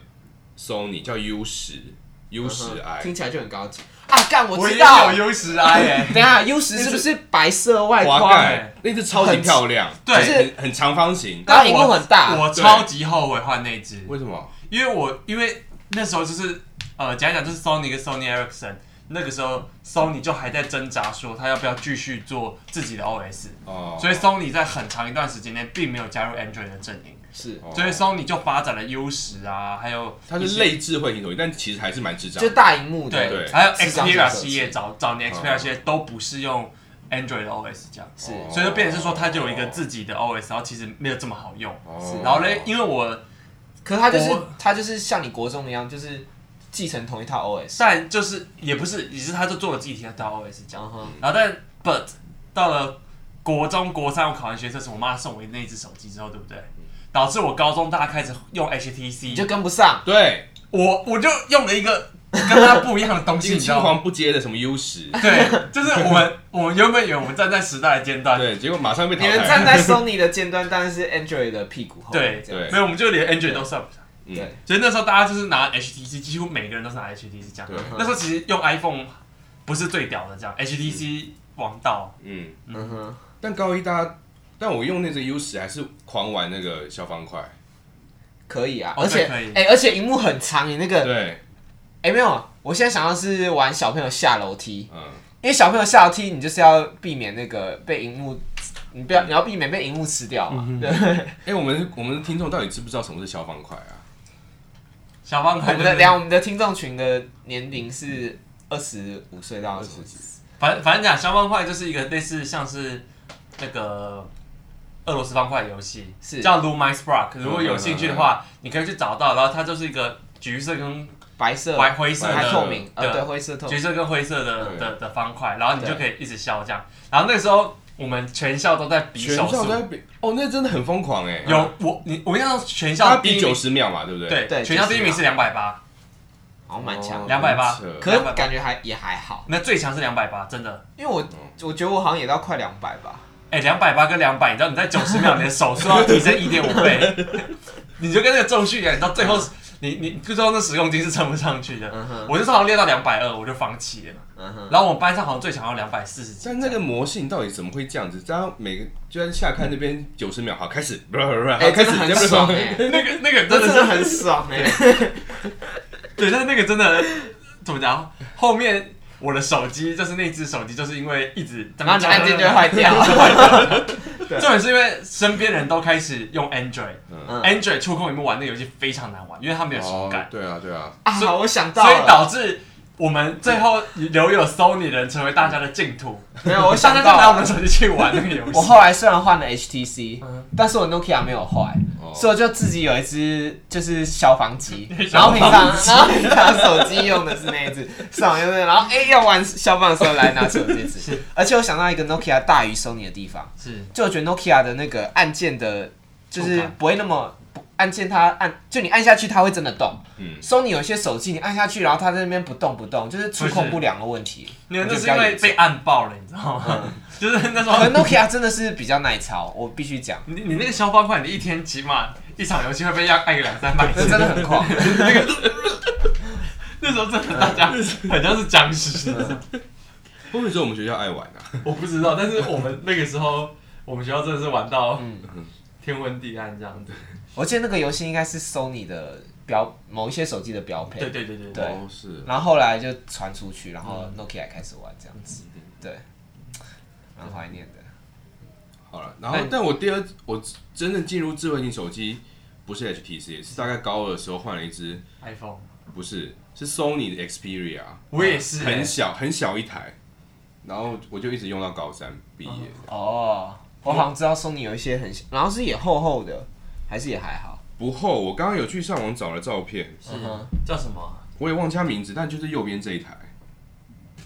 B: Sony，叫 U 十 U 十
C: 嗯哼听
B: I，
C: 起来就很高级啊！干，我
A: 我
C: 知
A: 也
C: 道
A: 有。优势 I
C: (laughs)
A: 耶。
C: 等一下 U 十是不是白色外
B: 滑
C: 框？啊
B: 盖那只超级漂亮，
A: 对
B: 很很很长方形。
C: 但荧幕很大
A: 我
B: 对
A: 超级后悔换那只，
B: 为什么？
A: 因为我因为那时候就是呃讲一讲就是 Sony 跟 Sony Ericsson。那个时候，Sony 就还在挣扎，说他要不要继续做自己的 OS，
B: 哦，
A: 所以 Sony 在很长一段时间内并没有加入 Android 的阵营，
C: 是，
B: 哦
A: 所以 Sony 就发展了 U 十啊，还有
B: 它是类智慧型手机，但其实还是蛮智障
C: 就
B: 的。
C: 大荧幕的，
A: 对，
B: 对
A: 还有
C: 智障型
A: Xperia
C: 手机
A: 系列早早年 Xperia 系列都不是用 Android 的 OS 这样，
C: 是
B: 哦
A: 所以就变成是说它就有一个自己的 OS，然后其实没有这么好用。
B: 哦
A: 然后嘞，因为我
C: 可是它就是
A: 我
C: 它就是像你国中一样，就是继承同一套 OS。
A: 但就是也不是，也是他就做了自己的 OS 这样。
C: 嗯哼，
A: 然后但 but 到了国中国三，我考完学测时，我妈送我那一只手机之后，对不对？导致我高中大家开始用
C: 你就
A: HTC，
C: 跟不上。
B: 对，
A: 我我就用了一个跟它不一样的东
B: (laughs) 一
A: 西，
B: 个
A: 你知
B: 青
A: 道吗？
B: 黄不接的什么 U 十，
A: 对，就是我们我们原本以为我们站在时代的尖
C: 啊
A: 端，
B: 对，结果马上被淘
C: 你们站
B: 汰。
C: 在 Sony 的尖端，但是 Android 的屁股后。
A: 对
C: 这样
B: 对
A: 所以我们就连 Android 都算不上。
B: 嗯
C: 对，
A: 所以那时候大家就是拿 HTC，几乎每个人都是拿 HTC 这样
B: 对。
A: 那时候其实用 iPhone 不是最屌的，这样 HTC 王道。
B: 嗯，
C: 嗯哼，
B: 但高一大家，但我用那只 U 十还是狂玩那个消方块。
C: 可以啊，
A: 哦
C: 而且
A: 对可以
C: 哎，而且荧幕很长，你那个
B: 对，
C: 哎没有，我现在想到是玩小朋友下楼梯，
B: 嗯，
C: 因为小朋友下楼梯，你就是要避免那个被荧幕，你不要你要避免被荧幕吃掉嘛。对，
B: 哎，我们我们的听众到底知不知道什么是消方块啊？
A: 小 (laughs) 方
C: 我
A: 块
C: 们
A: 就
C: 的
A: 是，
C: 聊我们的听众群的年龄是二十五岁到什么？
A: 反反正讲小方块就是一个类似像是那个俄罗斯方块的游戏，
C: 是嗯
A: 叫 l u m i s p r a k 如果有兴趣的话，你可以去找到，然后它就是一个橘色跟
C: 白色、
A: 白灰色
B: 白
C: 还
A: 的
C: 透明，呃，
A: 对
C: 对，灰色透
A: 橘
C: 明，
A: 色跟灰色的
B: 对
A: 的的方块，然后你就可以一直削这样。然后那时候我们全校都在比
B: 全
A: 手速
B: 校都，在比，哦，那真的很疯狂哎。
A: 有我你我们那时候全
B: 他
A: 校第
B: 比
A: 一
B: 九
A: 名，
B: 十秒嘛，对不对？
A: 对
C: 对
A: 全校第一名是两百八，
C: 好像蛮强
B: 哦
C: 的。
A: 两百八
B: 很扯
C: 可是感觉还也还好，
A: 那最强是两百八，真的。
C: 因为我
A: 嗯
C: 我觉得我好像也到快两百吧。
A: 哎，两百八跟两百，你知道你在九十秒，你的手速要提升一点五倍，你就跟那个重训一样，你到最后你你最后那十公斤是撑不上去的。
C: 嗯哼，
A: 我就是好像练到两百二，我就放弃了。
C: 嗯哼，
A: 然后我们班上好像最强要两百四十几
B: 但，那个魔性到底怎么会这样子？大家每个就在下看那边九十秒，好开始，不不不，好
A: 啊
C: 哎，
B: 开
C: 真
B: 始
C: 的很
B: 这样
C: 爽
B: 子
A: (laughs)
C: 哎，
A: 那个那个真的
C: 这真
A: 是
C: 的很爽
A: (laughs)
C: 哎。
A: 对，但是那个真的怎么讲？后面我的手机就是那只手机，就是因为一直
C: 然后你按键就会坏
A: (laughs)
C: 掉。
A: 重点是因为身边人都开始用 Android，Android
B: 嗯，
C: 嗯
A: 触控屏幕玩那个游戏非常难玩，因为它没有手感，
B: 对啊，对啊，
C: 啊，我想到
A: 所以
C: 了，
A: 导致我们最后留有 Sony 的人成为大家的净土。
C: 没有，
A: (laughs)
C: 我
A: 大
C: 想
A: 家就拿我
C: 到
A: 们
C: 了。
A: 手机去玩那个游
C: 我
A: 戏。
C: 后来虽然换了 HTC，
A: 嗯，
C: 但是我 Nokia 没有坏，
B: 哦
C: 所以我就自己有一只就是消防机
A: (laughs)
C: 然后平
A: 消
C: 常然后平常手机用的是那一只，上网用的，然后哎、要玩消防的时候来拿手机只，而且我想到一个 Nokia 大于 Sony 的地方，
A: 是
C: 就我觉得 Nokia 的那个按键的，就是
A: 触感
C: 不会那么不按键它按，就你按下去它会真的动。
B: 嗯，
C: Sony 有些手机你按下去，然后它在那边不动不动，就是触控不良的问题。
A: 你们
C: 我觉
A: 那
C: 得
A: 是因为
C: 比较严重嗯
A: 被按爆了，你知道吗？ (laughs) 就是那时候
C: (laughs) 可能 Nokia 真的是比较耐操，我必须讲，
A: 你你那个消方块，你一天 (laughs) 起码一场游戏会被要按个两三百
C: 这
A: 次，
C: 真的很狂。
A: 那个那时候真的大家很像是僵尸，
B: 会不会说我们学校爱玩啊？
A: 我不知道，但是我们那个时候，我们学校真的是玩到
C: 嗯
A: 天昏地暗这样子。
C: 我记得那个游戏应该是 Sony 的标某一些手机的标配，
A: 对嗯对对对
C: 对
B: 哦是
C: 然后后来就传出去，然后 Nokia 也开始玩这
A: 嗯
C: 样子，对，蛮怀念的。
B: 好了。然后，
C: 哎
B: 但我第二我真正进入智慧型手机不是 HTC，是大概高二的时候换了一只，
A: iPhone，
B: 不是是 Sony 的 Xperia，
A: 我也是欸
B: 很小很小一台，然后我就一直用到高三毕业。
C: 哦，我好像知道 Sony 有一些很，然后是也厚厚的，还是也还好。
B: 不厚，我刚刚有去上网找了照片，
A: 是
C: 嗯哼
A: 叫什么？啊
B: 我也忘记它名字，但就是右边这一台，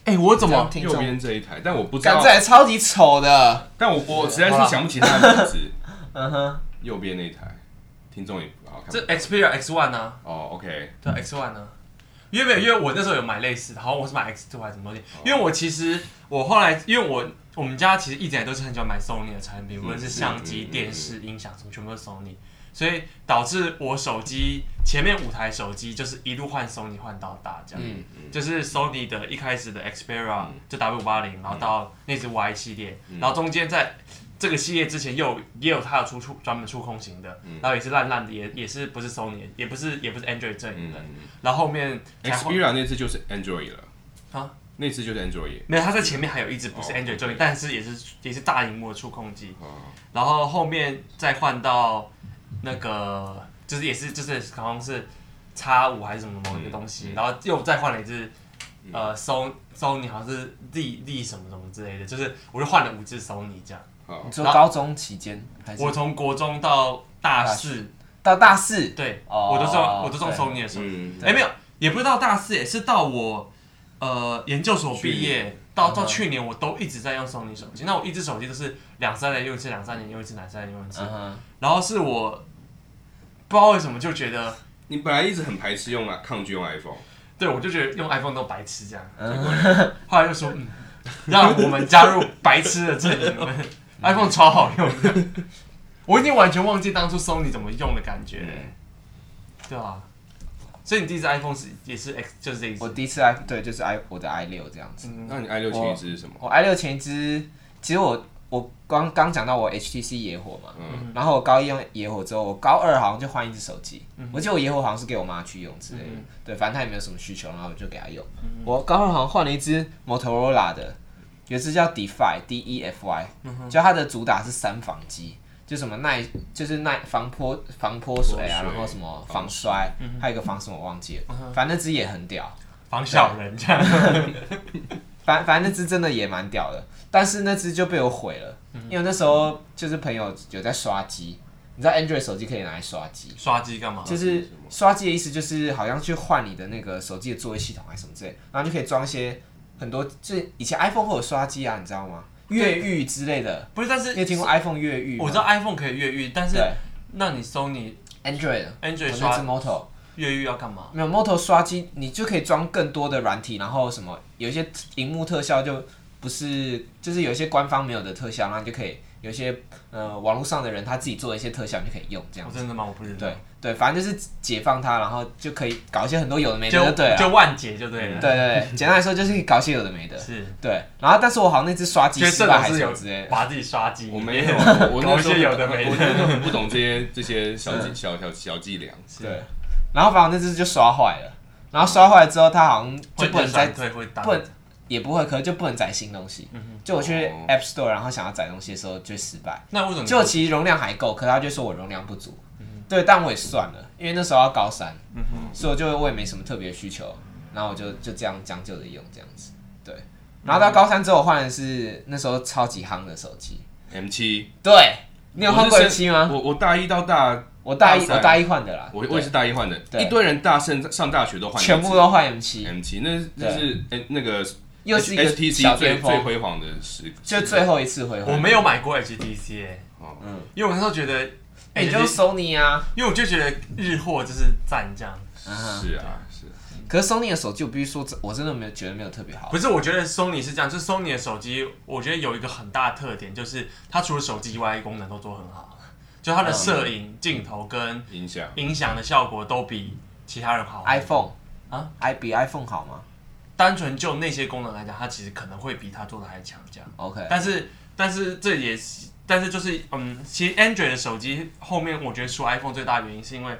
A: 哎，我怎
C: 这样
A: 么？
C: 听
B: 右
C: 众，
B: 边这一台，但我不知
C: 感
B: 道
C: 觉，超级丑的。
B: 但我我实在是想不起它的名字。
C: (laughs) 嗯哼，
B: 右边那一台，听众也不好看。
A: 这 Xperia X One 啊呢？
B: 哦，OK，
A: 对啊 X One 呢？因为没有，因为我那时候有买类似的，好像我是买 X Two 还是什么东西。因为我其实我后来，因为我我们家其实一直以来都是很喜欢买 Sony 的产品，无论是相机、
B: 嗯嗯嗯
A: 电视、音响什么，全部都是 Sony。所以导致我手机前面五台手机就是一路换 Sony 换到大这样，
C: 嗯
A: 就是 Sony 的一开始的 Xperia、
B: 嗯
A: 就 W 八零，然后到那只 Y 系列，
B: 嗯
A: 然后中间在这个系列之前又有也有它的出出专门出空型的，
B: 嗯
A: 然后也是烂烂的，也也是不是 Sony，也不是也不是 Android 阵营
B: 嗯
A: 的，然后后面才换
B: ，Xperia 那次就是 Android 了
A: 啊，
B: 那次就是 Android
A: 没有，它在前面还有一只不是
B: 哦
A: Android 阵营
B: OK，
A: 但是也是也是大荧幕的触控机，
B: 啊，
A: 然后后面再换到那个就是也是就是好像是叉五还是什么某一个东西，
B: 嗯嗯
A: 然后又再换了一只。
C: 嗯
A: 呃，Sony Sony 好像是 Z Z 什么什么之类的，就是我就换了五只 Sony 这样。
B: 好
C: 你，说高中期间还是
A: 我从国中到大四，
C: 到大四？
A: 对，
C: 哦
A: 我都是用我都是用
C: 对
A: Sony 的手机。
B: 嗯，
A: 哎、没有，也不是到大四，也是到我呃研究所毕
B: 去
A: 业到到
C: 嗯哼
A: 去年，我都一直在用 Sony 手机。那我一只手机都是两三年用一次，两三年用一次，两三年用一次。
C: 嗯哼，
A: 然后是我不知道为什么就觉得，
B: 你本来一直很排斥用啊，抗拒用 iPhone，
A: 对我就觉得用 iPhone 都白痴这样。
C: 嗯
B: 结果呢
A: 后来就说，嗯，让我们加入白痴的阵营。我们
C: (laughs)
A: iPhone 超好用的，我已经完全忘记当初 Sony 怎么用的感觉了、
B: 嗯
A: 对啊，所以你第一只 iPhone 是也是 X，就是这一
C: 我
A: 只。
C: 第一次 i 对就是 i 我的 i 六这样子。
A: 嗯，
B: 那你 i 六前一支是什么？
C: 我 i 六前一支，其实我我刚刚讲到我 HTC 野火嘛，
B: 嗯
C: 然后我高一用野火之后，我高二好像就换一只手机，我记得我野火好像是给我妈去用之类的，
A: 嗯
C: 对，反正她也没有什么需求，然后我就给她用。我高二好像换了一只 Motorola 的，有一只叫 Defy D E F Y，、就它的主打是三防机。就什么耐，就是耐防泼防泼水啊，
B: 泼水
C: 然后什么
B: 防
C: 防摔，嗯还有一个防什么我忘记了，反正那只也很屌。
A: 防小人这样。
C: 反反正那只真的也蛮屌的，但是那只就被我毁了，因为那时候就是朋友有在刷机，你知道 Android 手机可以拿来刷机，
A: 刷机干嘛？
C: 就是刷机的意思就是好像去换你的那个手机的作业系统还是什么之类，然后就可以装一些很多，就是以前 iPhone 会有刷机啊，你知道吗？越狱之类的，
A: 不是，但是
C: 你有听过 iPhone 越狱吗？
A: 我知道 iPhone 可以越狱，但是
C: 对
A: 那你 Sony
C: Android 的
A: Android
C: 我
A: 刷
C: 那只 Moto
A: 越狱要干嘛？
C: 没有 Moto 刷机，你就可以装更多的软体，然后什么有一些荧幕特效就不是，就是有一些官方没有的特效，然后你就可以有一些呃网络上的人他自己做一些特效，你就可以用这样
A: 我
C: 子。
A: 真的吗？我不知道。
C: 对对，反正就是解放它，然后就可以搞一些很多有的没的
A: 就
C: 就对啊了。
A: 就万劫就对
C: 对
A: 了。
C: 对对，简单来说就是可以搞一些有的没的。
A: 是，
C: 对，然后但是我好像那只刷机
A: 觉得
C: 失
A: 这
C: 败
A: 种
C: 还是
A: 是
C: 什
A: 有
C: 么之类的。
A: 把自己刷
C: 嗯
A: 机。
B: 我
C: (laughs)
B: 没有，啊我我
A: 搞
B: 那
A: 一
B: 时候
A: 些有的没
B: 我
A: 的。
B: 那时候很不懂这些这些小
C: 嗯
B: 技小小小伎俩，
C: 对，然后反正那只就刷坏了，然后刷坏了之后，它好像就
A: 会
C: 不能再
A: 对会打。
C: 不能也不会，可是就不能载新东
A: 嗯
C: 西。就我去
B: 哦
C: App Store，然后想要载东西的时候就失败。
A: 那为什么你？
C: 就其实容量还够，可是他就说我容量不足。
A: 嗯
C: 对，但我也算了，因为那时候要高三，所以我就我也没什么特别需求，然后我就就这样将就着用这样子。对，然后到高三之后我换的是那时候超级夯的手机。
B: M 七，
C: 对，你有换过
B: 我是
C: M 七吗？
B: 我我大一到大，
C: 我大一
B: 大三
C: 我大一换的啦，
B: 我
C: 对
B: 我也是大一换的，
C: 对
B: 一堆人大圣上大学都换，
C: 全部都换 M
A: 嗯
C: 七，
B: M 七，那那是哎那个
C: 又是一个
B: HTC
C: 小
B: 最
C: 巅
B: 最
C: 峰，
B: 辉煌的时，
C: 就最后一次回
A: 我
C: 换。
A: 没有买过 HTC，欸
B: 哦
A: 因为我那时候觉得，
C: 哎，你就是 Sony 啊。
A: 因为我就觉得日货就是赞这样。
B: 是啊是啊，
C: 可是 Sony 的手机，我必须说，这我真的没有觉得没有特别好
A: 不。是，我觉得 Sony 是这样，就是 Sony 的手机，我觉得有一个很大的特点，就是它除了手机以外，功能都做得很好，就它的摄影、镜头跟
B: 影响
A: 音响的效果都比其他人好。
C: iPhone
A: 啊
C: ，i 比 iPhone 好吗
A: 单纯就那些功能来讲，它其实可能会比它做的还强这样。
C: ？OK，
A: 但是但是这也是，但是就是嗯，其实 Android 的手机后面我觉得输 iPhone 最大的原因是因为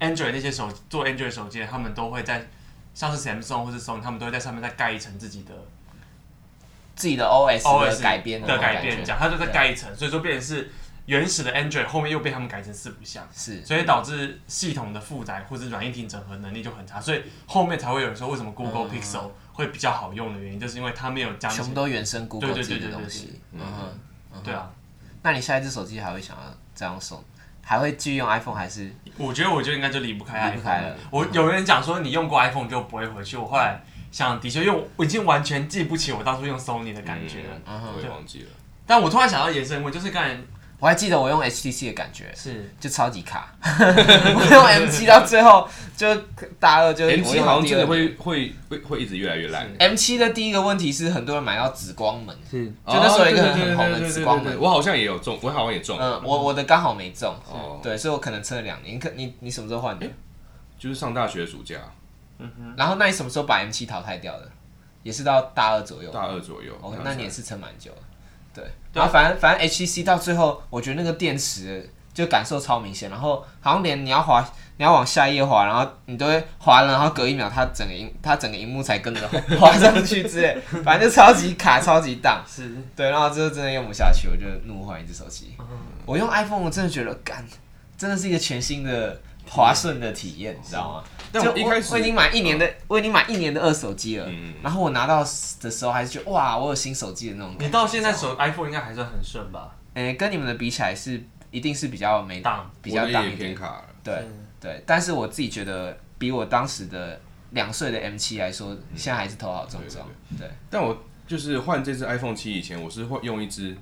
A: Android 那些手做 Android 手机的，他们都会在像是 Samsung 或是 Sony，他们都会在上面再盖一层自己的
C: 自己的 OS
A: OS
C: 的改编
A: 的改
C: 变
A: 变，这样它就再盖一层，所以说变成是原始的 Android 后面又被他们改成四不像。
C: 是
A: 所以导致系统的负载或者软硬体整合能力就很差，所以后面才会有人说为什么
C: 嗯
A: Google Pixel 会比较好用的原因，就是因为它没有加那
C: 全
A: 些
C: 部都原生 Google
A: 对对
C: 自己
A: 对
C: 的
A: 对对
C: 东
A: 对
C: 西。
B: 嗯
C: 哼，
A: 对啊，
C: 那你下一只手机还会想要这样送？还会继续用 iPhone 还是
A: 我觉得我就应该就离不开
C: 离
A: iPhone
C: 不开了
A: 我有人讲说你用过 iPhone 就不会回去，我后来想，的确，因为我已经完全记不起我当初用 Sony 的感觉了。
C: 嗯哼
B: 我也忘记了。
A: 但我突然想到延伸问，就是刚才
C: 我还记得我用 HTC 的感觉
A: 是
C: 就超级卡， (laughs) 我用 M 7到最后就大二就
B: M
C: 我
B: 七
C: 用
B: 好
C: 到
B: 像
C: 第
B: 真
C: 二
B: 的会会会会一直越来越烂。
C: M 7的第一个问题是很多人买到紫光门，
A: 是
C: 就那时候有一个
B: 哦对对
C: 很红的
B: 对对对
C: 紫光
B: 对对
C: 门
B: 对，我好像也有中，我好像也中，
C: 嗯，我我的刚好没中嗯
B: 哦，
C: 对，所以我可能撑了两年。你可你你什么时候换的？
B: 就是上大学暑假嗯
C: 然后那你什么时候把 M 7淘汰掉的？也是到大二左右。
B: 大二左右。
C: OK，那你哦也是撑蛮久了，对。
A: 对
C: 然
B: 啊
C: 后反正反正 HTC 到最后，我觉得那个电池就感受超明显，然后好像连你要滑，你要往下一页滑，然后你都会滑了，然后隔一秒它整个荧它整个荧幕才跟着滑 (laughs) 上去之类，反正就超级卡，超级荡。
A: 是，
C: 对，然后之后真的用不下去，我就怒换一只手机。
B: 嗯
C: 我用 iPhone，我真的觉得干，真的是一个全新的滑顺的体验，你知道吗？
B: 但
C: 就
B: 我一开始
C: 我已经买一年的，我已经买一年的二手机了，
B: 嗯
C: 然后我拿到的时候还是觉得哇，我有新手机的那种感觉。
A: 你到现在手 iPhone 应该还算很顺吧？
C: 诶、跟你们的比起来是一定是比较
B: 嗯
C: 没
A: 当
C: 比较
B: 我的
C: 当
B: 也
C: 一
B: 偏
C: 点，
B: 卡了。
C: 对对。但是我自己觉得，比我当时的两岁的 M 七来说，现在还是头好重重。对，
B: 但我就是换这只 iPhone 七以前，我是会用一只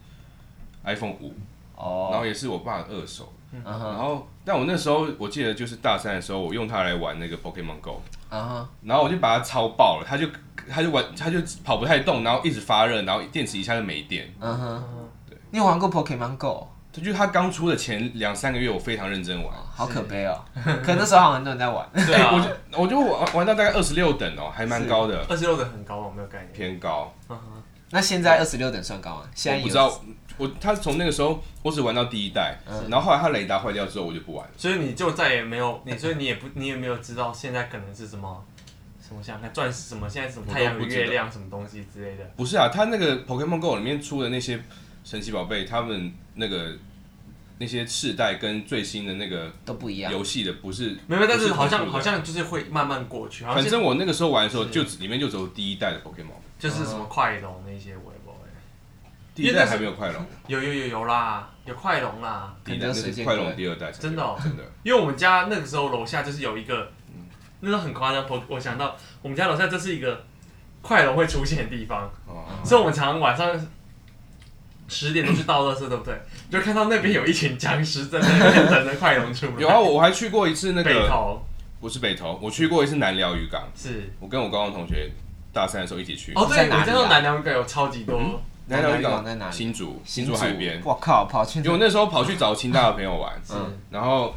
B: iPhone 五，然
C: 哦，
B: 后也是我爸的二手。
C: 嗯哼，
B: 然后，但我那时候我记得就是大三的时候，我用它来玩那个 Pokemon Go，
C: 嗯哼，
B: 然后我就把它超爆了，它就它就玩它就跑不太动，然后一直发热，然后电池一下就没电。
C: 嗯哼。你有玩过 Pokemon Go？
B: 它就是它刚出的前两三个月，我非常认真玩。
C: 好可悲哦、可那时候好像很多人在玩。 (laughs)
A: 对
B: 哎我
A: 啊，
B: 就我就玩玩到大概二十六等哦，还蛮高的，
A: 二十六的很高，我没有概念。
B: 偏高。
C: 那现在二十六等算高吗？现在
B: 我不
C: 有
B: 知道，我他从那个时候我只玩到第一代，
C: 嗯
B: 然后后来他雷达坏掉之后我就不玩了。
A: 所以你就再也没有
B: 嗯
A: 你，所以你也不你也没有知道现在可能是什么什么想想看钻石什么，现在是什么
B: 我都
A: 太阳
B: 不
A: 与
B: 知道
A: 月亮什么东西之类的。
B: 不是啊，他那个 Pokemon Go 里面出的那些神奇宝贝，他们那个那些世代跟最新的那个
C: 都不一样。
B: 游戏的不是
A: 没有，但
B: 不
A: 是好像
B: 同步
A: 好
B: 的
A: 像就是会慢慢过去，好
B: 反
A: 像
B: 正我那个时候玩的时候，
A: 是
B: 就只里面就只有第一代的 Pokemon，
A: 就是什么快龙那些，我也不会。
B: 第一代还没有快龙，
A: 有有有有啦，有快龙啦，
B: 第一代
C: 肯
B: 那
C: 德水
B: 是
C: 煎
B: 快
C: 龟
B: 龙第二代才有，
A: 真的哦
B: 真的。
A: 因为我们家那个时候楼下就是有一个，那时候很夸张，我我想到我们家楼下这是一个快龙会出现的地方，
B: 哦，
A: 所以我们常常晚上十点都去倒垃圾，对不对？就看到那边有一群僵尸在那边等着快龙出来，
B: 有啊，我我还去过一次那
A: 北
B: 个，
A: 头
B: 不是北投，我去过一次南寮渔港，
A: 是。
B: 我跟我高中同学大三的时候一起去。
A: 哦，对，
C: 在哪
A: 我
C: 里啊
A: 家那南梁港有超级多，
B: 南寮渔
C: 南寮渔港
B: 港
C: 在哪里
B: 新竹，
C: 新
B: 竹海边。
C: 我靠，跑去
B: 因为我那时候跑去找清大的朋友玩，
A: 是
C: 嗯
B: 然后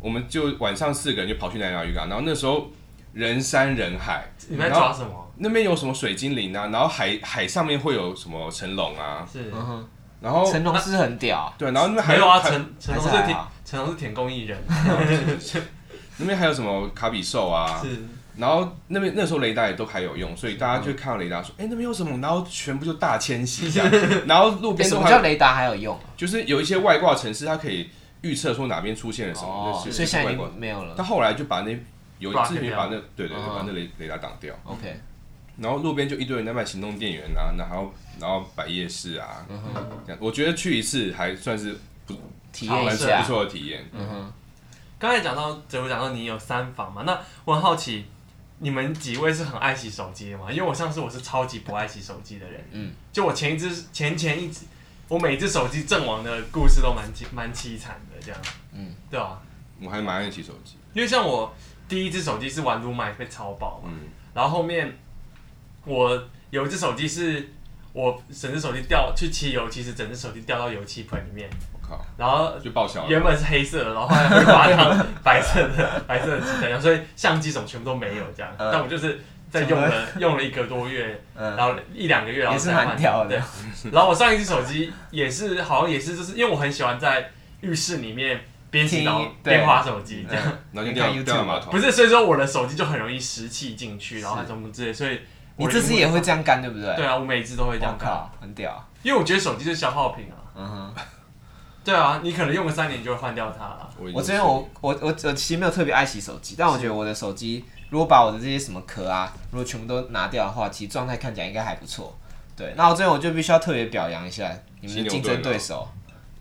B: 我们就晚上四个人就跑去南寮渔港，然后那时候人山人海，
A: 你们在抓什么？
B: 那边有什么水精灵啊，然后海海上面会有什么成龙啊，
A: 是
C: 嗯哼，
B: 然后
C: 成龙是很屌啊，
B: 对，然后那边还
A: 没有啊？
B: 还
A: 成成龙
C: 还
A: 是
C: 是还
A: 舔
C: 好
A: 成龙是舔工艺人，
B: (laughs) 那边还有什么卡比兽啊，
A: 是
B: 然后那边那时候雷达也都还有用，所以大家就看到雷达说，
C: 嗯
B: 哎、那边有什么，然后全部就大迁徙这
C: (laughs)
B: 样，然后路
C: 欸
B: 边
C: 什
B: 都
C: 么叫
B: 还
C: 雷达还有用？
B: 就是有一些外挂城市，它可以预测说哪边出现了什么，
C: 哦，
B: 就是
C: 所以现在
B: 外
C: 已
B: 挂
C: 经没有了。
B: 他后来就把那有一
A: Block
B: 次频
A: 掉
B: 把那对对对，
C: 嗯
B: 把那雷雷达挡掉，
C: OK，
B: 然后路边就一堆人在卖行动电源啊，然后然后摆夜市啊，
C: 嗯
B: 这样我觉得去一次还算是
C: 体
A: 好
C: 验一
B: 蛮
C: 下
B: 不。错的体验。
C: 嗯哼，
A: 刚才讲到，哲如讲到你有三房嘛，那我很好奇，你们几位是很爱惜手机的吗？因为我上次我是超级不爱惜手机的人，
C: 嗯，
A: 就我前一只前前一只，我每一只手机阵亡的故事都蛮凄蛮凄惨的，这样，
C: 嗯，
A: 对啊，
B: 我还蛮爱骑手机，
A: 因为像我第一只手机是玩撸麦被超爆嘛，
B: 嗯，
A: 然后后面我有一只手机是我整只手机掉去漆油漆，是整只手机掉到油漆盆里面，
B: 我靠，
A: 然后
B: 就报销
A: 原
B: 了。
A: 本是黑色的，然后后来会把它当白色的白色的纸袋用，所以相机什么全部都没有这样。
C: 嗯
A: 但我就是在用了用了一个多月，
C: (laughs) 嗯
A: 然后一两个月，然后
C: 也是
A: 才换
C: 蛮屌的。
A: 对然后我上一只手机也是好像也是就是因为我很喜欢在浴室里面边洗澡
C: 听对嗯
A: 边划手机这样。
B: 然后就掉
C: 你看 YouTube 啊
B: 掉到马桶
A: 不，是，所以说我的手机就很容易湿气进去，然后
C: 是
A: 它什么之类，所以
C: 你
A: 我的
C: 这次
A: 荧幕
C: 也会这样干，对不对？
A: 对啊，我每一次都会这
C: 我
A: 样搞，
C: 靠，很屌。
A: 因为我觉得手机是消耗品啊。
C: 嗯哼，
A: 对啊，你可能用个三年就会换掉它啊了。
B: 我已经
C: 我之前我我我我其实没有特别爱惜手机，但我觉得我的手机如果把我的这些什么壳啊，如果全部都拿掉的话，其实状态看起来应该还不错。对，那我这边我就必须要特别表扬一下你
B: 犀
C: 们的
B: 牛
C: 竞
B: 盾
C: 争
B: 啊
C: 对手，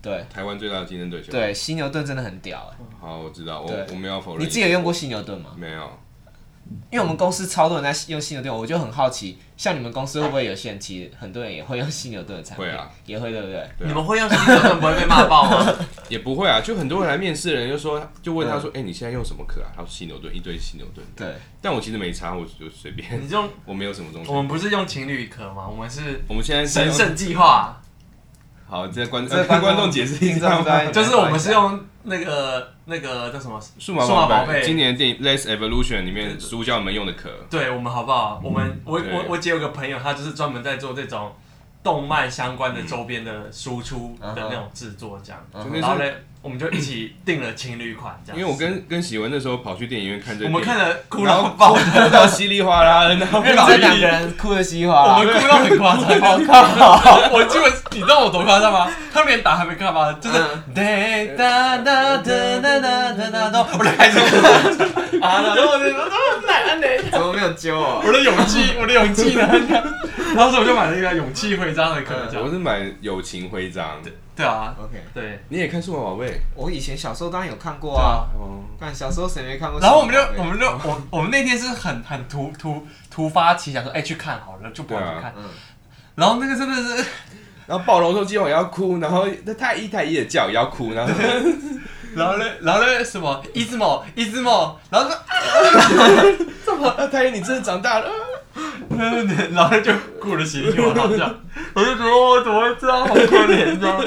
C: 对
B: 台湾最大的竞争对手。，
C: 对，犀牛盾真的很屌哎、
B: 好，我知道，我
C: 对
B: 我没有否认。
C: 你自己有用过犀牛盾吗？
B: 没有？
C: 因为我们公司超多人在用犀牛盾，我就很好奇，像你们公司会不会有些人其实很多人也会用犀牛盾的产品？
B: 会啊，
C: 也会对不对？
B: 对啊
A: 你们会用新手盾不会被骂爆吗？
B: 也不会啊，就很多人来面试的人就说，就问他说，哎，你现在用什么壳啊？他说犀牛盾，一堆犀牛盾。
C: 对，
B: 但我其实没差，我就随
A: (laughs)
B: 便，
A: 你用
B: 我没有什么东西
A: 嗯我。们不是用情侣壳吗？我们 (laughs) 是
B: 我们现在是
A: 神
B: 用
A: 圣计 (laughs) 划，
B: (laughs) 好，这观
C: 这
B: 这
C: 观众
B: 观众解释一
C: 听众
B: 下
C: 在
B: 吗？
A: 就是我们是用那个那个叫什么？
B: 数码
A: 数码
B: 宝
A: 宝贝
B: 今年的电影《Less Evolution》里面主角们用的壳，
A: 对我们好不好？我们我
B: 对
A: 我我姐有个朋友，她就是专门在做这种动漫相关的周边的输出的那种制作，这样。
C: 嗯
B: 哼
A: 然后呢，我们就一起订了情侣款，这
B: 因
A: 样。
B: 为我跟跟喜文那时候跑去电影院看这，
A: 我们看了哭
B: 然后
A: 到 (laughs) 爆，
B: 哭到稀里哗啦的，然
A: (laughs)
B: 后
C: 因为这两个人哭的稀里哗啦。
A: 我们哭到很夸张。 (laughs) 我我基本你知道我多夸张吗？他们连打还没干嘛，就是哒哒哒哒哒哒哒哒，我就开始哭啊，然后我就说奶奶奶。
C: 怎么没有揪啊我？
A: 我的勇气，我的勇气呢？然后所以我就买了一个勇气徽章的壳，这
B: 我
A: 样。
B: 是买友情徽章，
A: 对啊，
C: OK，
A: 对。
B: 你也看数码宝贝
C: 我以前小时候当然有看过啊，
B: 哦，
C: 但小时候谁没看过？啊
A: 然后我们就我们就我我们那天是很很突突突发奇想说，哎，去看好了，就跑
B: 对啊
A: 去看。
C: 嗯，
A: 然后那个真的是
B: 然后暴龙兽计划也要哭，然后那太一太一也叫也要哭，然后
A: 然后呢，然后呢，什么一只猫，一只猫，然后说，
B: 啊太一你真的长大了，
A: 嗯然后就哭了稀里哗啦这样，我就觉得我怎么会这样，好可怜这样，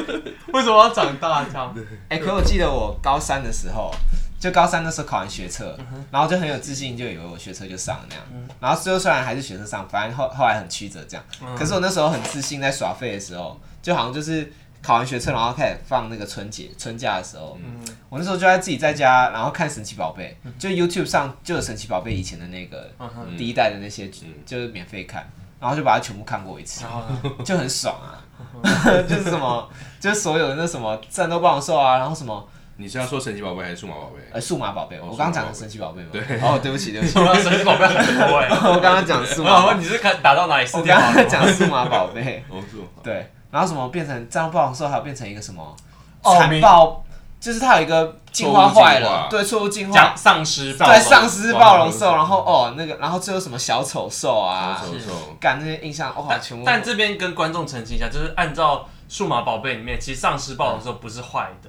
A: 为什么要长大这样？嗯
C: 哎、可我记得我高三的时候，就高三那时候考完学测，然后就很有自信，就以为我学测就上了那样。然后最后虽然还是学测上，反正后后来很曲折这样。可是我那时候很自信，在耍废的时候，就好像就是考完学测，然后开始放那个春节春假的时候，
A: 嗯
C: 我那时候就在自己在家，然后看神奇宝贝，就 YouTube 上就有神奇宝贝以前的那个
A: 嗯哼
C: 第一代的那些
B: 嗯，
C: 就是免费看，然后就把它全部看过一次。
A: 然后呢？ (laughs)
C: 就很爽啊， (laughs) 就是什么，就是所有的那什么战斗暴龙兽啊，然后什么
B: 你是要说神奇宝贝还是数码宝贝？
C: 呃数码宝贝，
B: 哦
C: 我刚刚讲的神奇宝贝吗？对，哦，对不起，对 (laughs) 不起，
A: 我要神奇宝贝很多哎、
C: 哦我刚刚讲
A: 我
C: 数
A: 想
C: 码，
A: 问你是看打到哪里？
C: 我
A: 四天
C: 刚
A: 好
C: 刚
A: 了。
C: 讲数码宝贝，
B: 哦，数码
C: 对，然后什么变成战斗暴龙兽，还有变成一个什么
A: 哦
C: 残暴，就是它有一个进化
B: 错误
C: 坏
B: 进化
C: 了，对，错误进化
A: 讲，丧尸暴
C: 对，
A: 龙，
C: 丧尸暴龙兽，
B: 暴龙兽
C: 然后哦那个，然后最后什么小丑兽啊，
B: 宝贝，兽
C: 干那些印象哇，
A: 但
C: 全部
A: 但这边跟观众澄清一下，就是按照数码宝贝里面，其实丧尸暴龙兽不是坏的，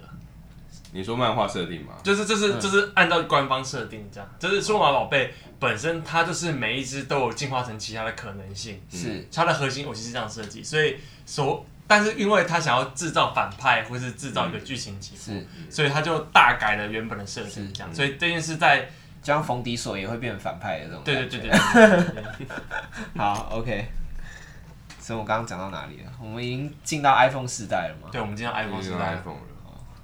B: 你说漫画设定吗？
A: 就是这是就是按照官方设定这样，就是数码宝贝本身它就是每一只都有进化成其他的可能性，
B: 嗯
C: 是
A: 它的核心武器是这样设计，所以所但是因为它想要制造反派或是制造一个剧情起伏，
C: 是，
A: 所以它就大改了原本的设定这样，所以这件事在
C: 就像冯迪索也会变反派的这种，
A: 对对对对，对对
C: 好，OK。所以我刚刚讲到哪里了？我们已经进到 iPhone 时代了嘛？
A: 对，我们今天 iPhone
B: 已
A: 时
B: 经有
A: 代，
B: iPhone 了，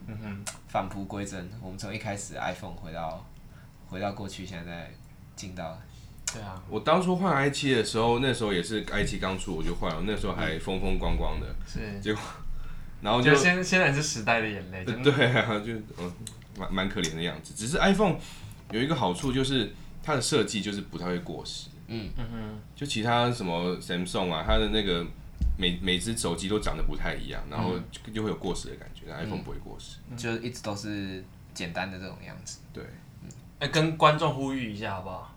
A: 嗯哼，
C: 返璞归真，我们从一开始 iPhone 回到回到过去，现在再进到
A: 对啊，
B: 我当初换 i 七的时候，那时候也是 i 七刚出我就换了，那时候还风风光光的，
A: 是。
B: 然后
A: 我
B: 就
A: 觉得现现在是时代的眼泪，真的
B: 对啊，就嗯，蛮蛮可怜的样子。只是 iPhone 有一个好处就是它的设计就是不太会过时，
A: 嗯哼，
B: 就其他什么 Samsung 啊，它的那个每每只手机都长得不太一样，然后就就会有过时的感觉。但 iPhone 不会过时，
A: 嗯
C: 就一直都是简单的这种样子。
B: 对，
A: 哎、跟观众呼吁一下好不好？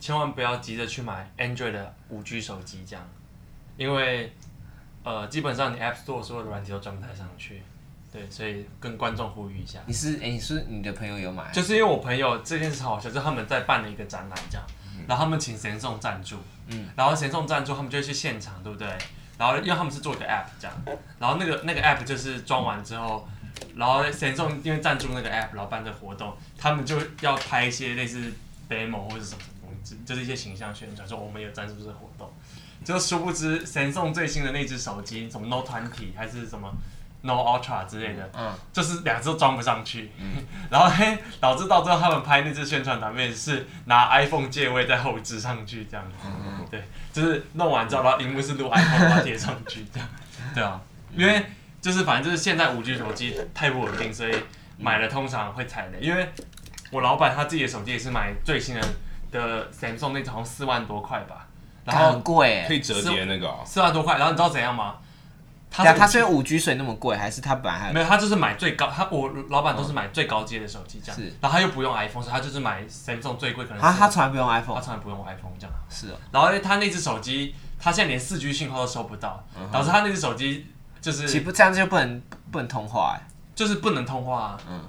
A: 千万不要急着去买 Android 的五 G 手机，这样，因为呃，基本上你 App Store 所有的软体都装不太上去，对，所以跟观众呼吁一下。
C: 你是哎、你是不是你的朋友有买？
A: 就是因为我朋友这件事好笑，就是他们在办了一个展览这样，然后他们请神送赞助，嗯，然后神送赞助他们就会去现场，对不对？然后因为他们是做一个 app 这样，然后那个那个 app 就是装完之后，然后神送因为赞助那个 app，然后办这个活动，他们就要拍一些类似 demo 或者什么什么东西，就是一些形象宣传，说我们有赞助这个活动。就殊不知神送最新的那只手机，什么 Note 团体还是什么 No Ultra 之类的，
C: 嗯，
A: 就是两只都装不上去， (laughs) 然后嘿，导致到最后他们拍那支宣传短片是拿 iPhone 借位在后置上去这样子，对，就是弄完之后，然后荧幕是录 iPhone 然后贴上去这样，对啊，因为就是反正就是现在五 G 手机太不稳定，所以买了通常会踩雷，因为我老板他自己的手机也是买最新的的 Samsung 那种四万多块吧，然
C: 干
A: 后
C: 很贵
B: 可
C: 欸。
B: 以折叠那个哦，
A: 四万多块，然后你知道怎样吗？
C: 对啊，
A: 是
C: 它虽然五 G 水那么贵，还是它本来还有
A: 没有，他就是买最高，他我老板都是买最高阶的手机这样，
C: 是
A: 然后他又不用 iPhone，所以他就是买 Samsung 最贵可能
C: 它
A: 是
C: 它从来不用
A: 他
C: iPhone，
A: 从来不用 iPhone 这样，
C: 是哦，
A: 然后他那只手机，他现在连四 G 信号都收不到，导致他那只手机就是
C: 嗯其实不这样就不能不能通话哎，
A: 就是不能通话、啊，
C: 嗯，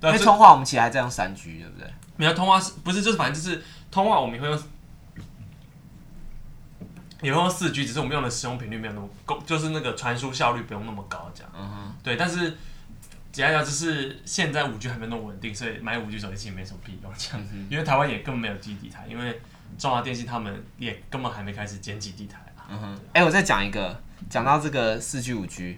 A: 对
C: 因
A: 啊，
C: 为
A: 就
C: 通话我们其实还在用三 G，对不对？
A: 没有通话是不是就是反正就是通话我们也会用，也会用四 G，只是我们用的使用频率没有那么够，就是那个传输效率不用那么高这样。
C: 嗯哼，
A: 对，但是简单讲就是现在五 G 还没有那么稳定，所以买五 G 手机其实没什么屁用，这
C: 嗯
A: 样，因为台湾也根本没有基地台，因为中华电信他们也根本还没开始建基地台啊。
C: 嗯哼，哎，我再讲一个，讲到这个四 G 五 G，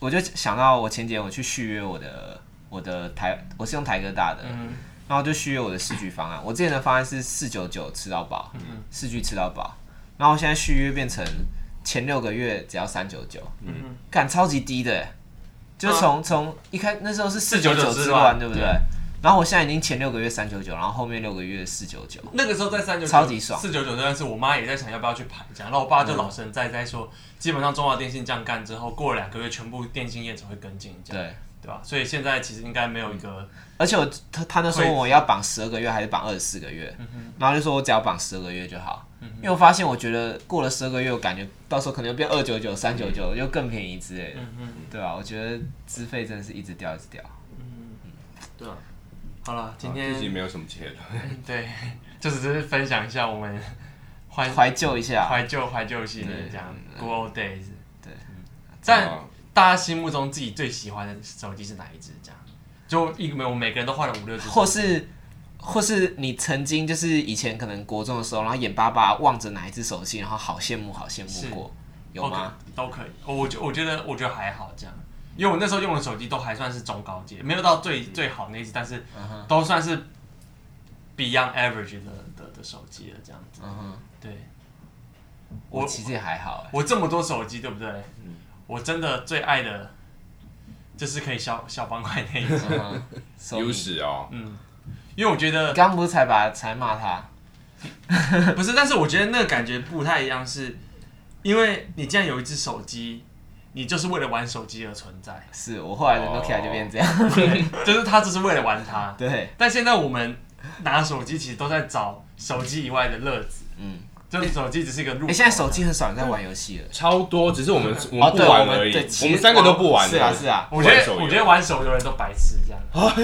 C: 我就想到我前几天我去续约我的我的台，我是用台哥大的，
A: 嗯，
C: 然后就续约我的四 G 方案。我之前的方案是四九九吃到饱，四 G 吃到饱，然后现在续约变成前六个月只要三九九，
A: 嗯，
C: 干超级低的欸，就从从一开那时候是四九九
A: 499
C: 之
A: 之
C: 乱，
A: 乱
C: 对不对？然后我现在已经前六个月三九九，然后后面六个月四九九，
A: 那个时候在三九
C: 超级爽
A: 四九九这件事，我妈也在想要不要去排这样，然后我爸就老神在在说，基本上中华电信这样干之后，过了两个月，全部电信业者会跟进这样，
C: 对。
A: 对吧？所以现在其实应该没有一个，
C: 而且我他他那时候问我要绑十二个月还是绑二十四个
A: 嗯
C: 月，然后就说我只要绑十二个月就好，因为我发现我觉得过了十二个月，我感觉到时候可能又变二九九、三九九，又更便宜之类的，
A: 嗯嗯
C: 对啊吧、我觉得资费真的是一直掉，一直掉。
A: 嗯，对啊。好了，今
B: 啊
A: 天
C: (laughs)
B: 自己没有什么切的， (laughs)
A: 对，就只是分享一下我们欢
C: 怀嗯旧一下，
A: 怀旧怀旧系列这样，Good old days。
C: 对
A: 嗯，但
B: 啊
A: 大家心目中自己最喜欢的手机是哪一只？这样，就一没我们每个人都换了五六只手机，
C: 或是或是你曾经就是以前可能国中的时候，然后眼巴巴望着哪一只手机，然后好羡慕，好羡
A: 是
C: 慕过，有吗？
A: OK，都可以。我我觉我觉得我觉得还好这样，因为我那时候用的手机都还算是中高阶，没有到最
C: 嗯
A: 最好那一只，但是都算是 beyond average 的的的手机了这样子。
C: 嗯哼，
A: 对
C: 我
A: 我
C: 其实也还好 (laughs) 欸，
A: 我这么多手机，对不对？
C: 嗯
A: 我真的最爱的就是可以小小方块那一
C: (laughs)
A: 只。(laughs)
C: 嗯哼 Sony
B: 优势哦，
A: 嗯，因为我觉
C: 你
A: 得
C: 刚刚不是才把才骂他？
A: 不是，但是我觉得那个感觉不太一样是，因为你既然有一只手机，你就是为了玩手机而存
C: (laughs)
A: 在，
C: 是我后来的
B: 哦
C: Nokia 就变这样，
A: 就是它就是为了玩它。
C: 对，
A: 但现在我们拿手机其实都在找手机以外的乐子，
C: 嗯，
A: 就是手机只是一个入口。
C: 哎，现在手机很少人在玩游戏了，
B: 超多，只是我们嗯啊我
C: 哦，
B: 们不
C: 对，我
B: 玩
C: 们
B: 而已，
C: 对，
B: 我
C: 其
B: 们
C: 实
B: 三个都不玩，
C: 是啊是啊，
A: 我觉
B: 玩手
A: 得
B: 游
A: 我觉得玩手游的人都白痴这样，
B: 啊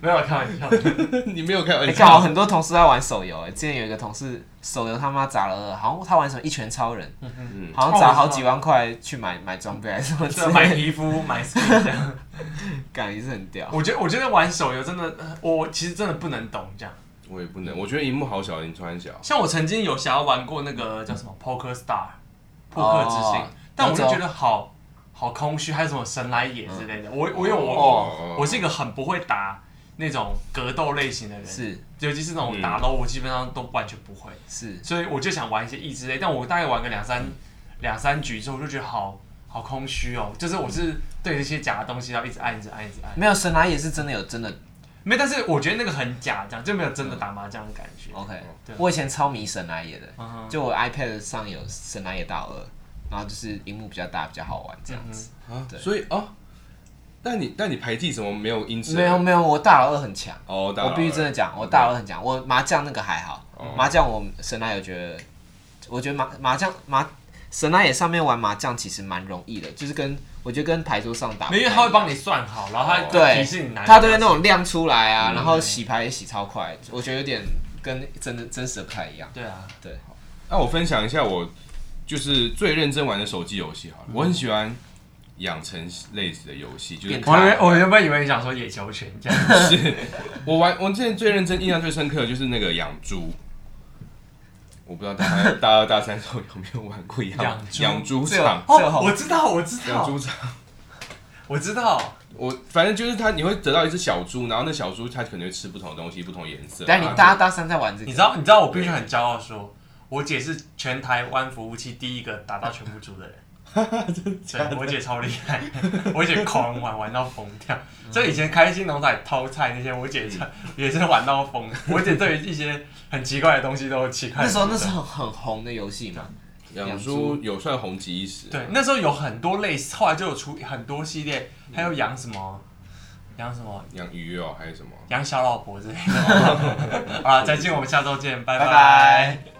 A: 没有开玩
C: (laughs)
A: 笑。
B: (laughs) 你哦没有开
C: 哎，
B: 玩
C: 刚好
B: 笑，
C: 很多同事在玩手游，哎，之前有一个同事手游他妈砸了，好像他玩什么一拳超人，
B: 嗯
C: 好像砸好几万块去买买装备还是什么之
A: 对 (laughs) 啊买
C: 类的，
A: 皮肤买 skin 这样。
C: (laughs) 感觉是很屌。
A: 我觉得我觉得玩手游真的，呃我其实真的不能懂这样。
B: 我也不能，我觉得荧幕好小，你突然小，
A: 像我曾经有想要玩过那个叫什么 Poker Star，扑克之星，
C: 嗯哦
A: 但我
C: 那
A: 就
C: 种
A: 觉得好好空虚，还有什么神来也之
C: 嗯
A: 类的。我我因为我、
B: 哦
A: 我是一个很不会打那种格斗类型的人，
C: 是嗯
A: 尤其是那种打 l 我基本上都完全不会，
C: 是，
A: 所以我就想玩一些益智类，但我大概玩个两三
C: 嗯
A: 两三局之后，我就觉得好好空虚哦，就是我是对这些假的东西要一直按一直按一直按，
C: 没有神来也是真的有真的
A: 没，但是我觉得那个很假，这样就没有真的打麻将的感觉。
C: OK
A: 哦对。
C: 我以前超迷神来也的，
A: 嗯哼
C: 就我 iPad 上有神来也大二，然后就是荧幕比较大，比较好玩
A: 嗯
C: 这样子。
B: 啊
C: 对
B: 所以哦，那你那你排第怎么没有因此
C: 没有没有，我大老二很强。
B: 哦，打扰
C: 我
B: 了
C: 必须真的讲，我大二很强。我麻将那个还好，
A: 哦
C: 麻将我神来有觉得，我觉得麻麻将麻神来也上面玩麻将其实蛮容易的，就是跟我觉得跟牌桌上打不
A: 没
C: 太一
A: 有，因
C: 样，
A: 为他会帮你算好，然后他
C: 哦对
A: 提示你哪里
C: 他都
A: 要嗯
C: 会那
A: 做
C: 种亮出来啊，然后洗牌也洗超快，我觉得有点跟真的真实的不太一样。
A: 对啊，
B: 那我分享一下我就是最认真玩的手机游戏
C: 嗯
B: 好了。我很喜欢养成类似的游戏，就是
C: 变
A: 我
C: 态
A: 还没我原本以为你想说野球拳这
C: (laughs)
A: 样，
B: 我玩我之前最认真、印象最深刻的就是那个养猪。我不知道大家大二大三的时候有没有玩过养
A: 养猪
B: 养猪
C: 这个
B: 场？
C: 这个
A: 哦，
C: 好
A: 我知道，我知
B: 养
A: 道
B: 猪，场，
A: 我知道，
B: 我反正就是它，你会得到一只小猪，然后那小猪它可能会吃不同的东西、不同颜色。
C: 但你
B: 然后
C: 大家大三在玩这个，
A: 啊你知道，你知道，我必须很骄傲说，我姐是全台湾服务器第一个打到全部猪的
C: (laughs)
A: 人。对，我姐超厉害，我姐狂玩玩到疯掉。所以以前开心农场偷菜那些，我姐
C: 嗯
A: 也是玩到疯。我姐对于一些很奇怪的东西都有奇怪
C: 那
A: 的
C: 时
A: 执
C: 候
A: 着。
C: 那是很很红的游戏嘛，
B: 养猪有算红极一时。
A: 对，那时候有很多类似，后来就有出很多系列，还有养什么，养什么，
B: 养鱼哦，还有什么？
A: (laughs) 养小老婆之类的。好了，再见，我们下周见，拜
C: 拜拜。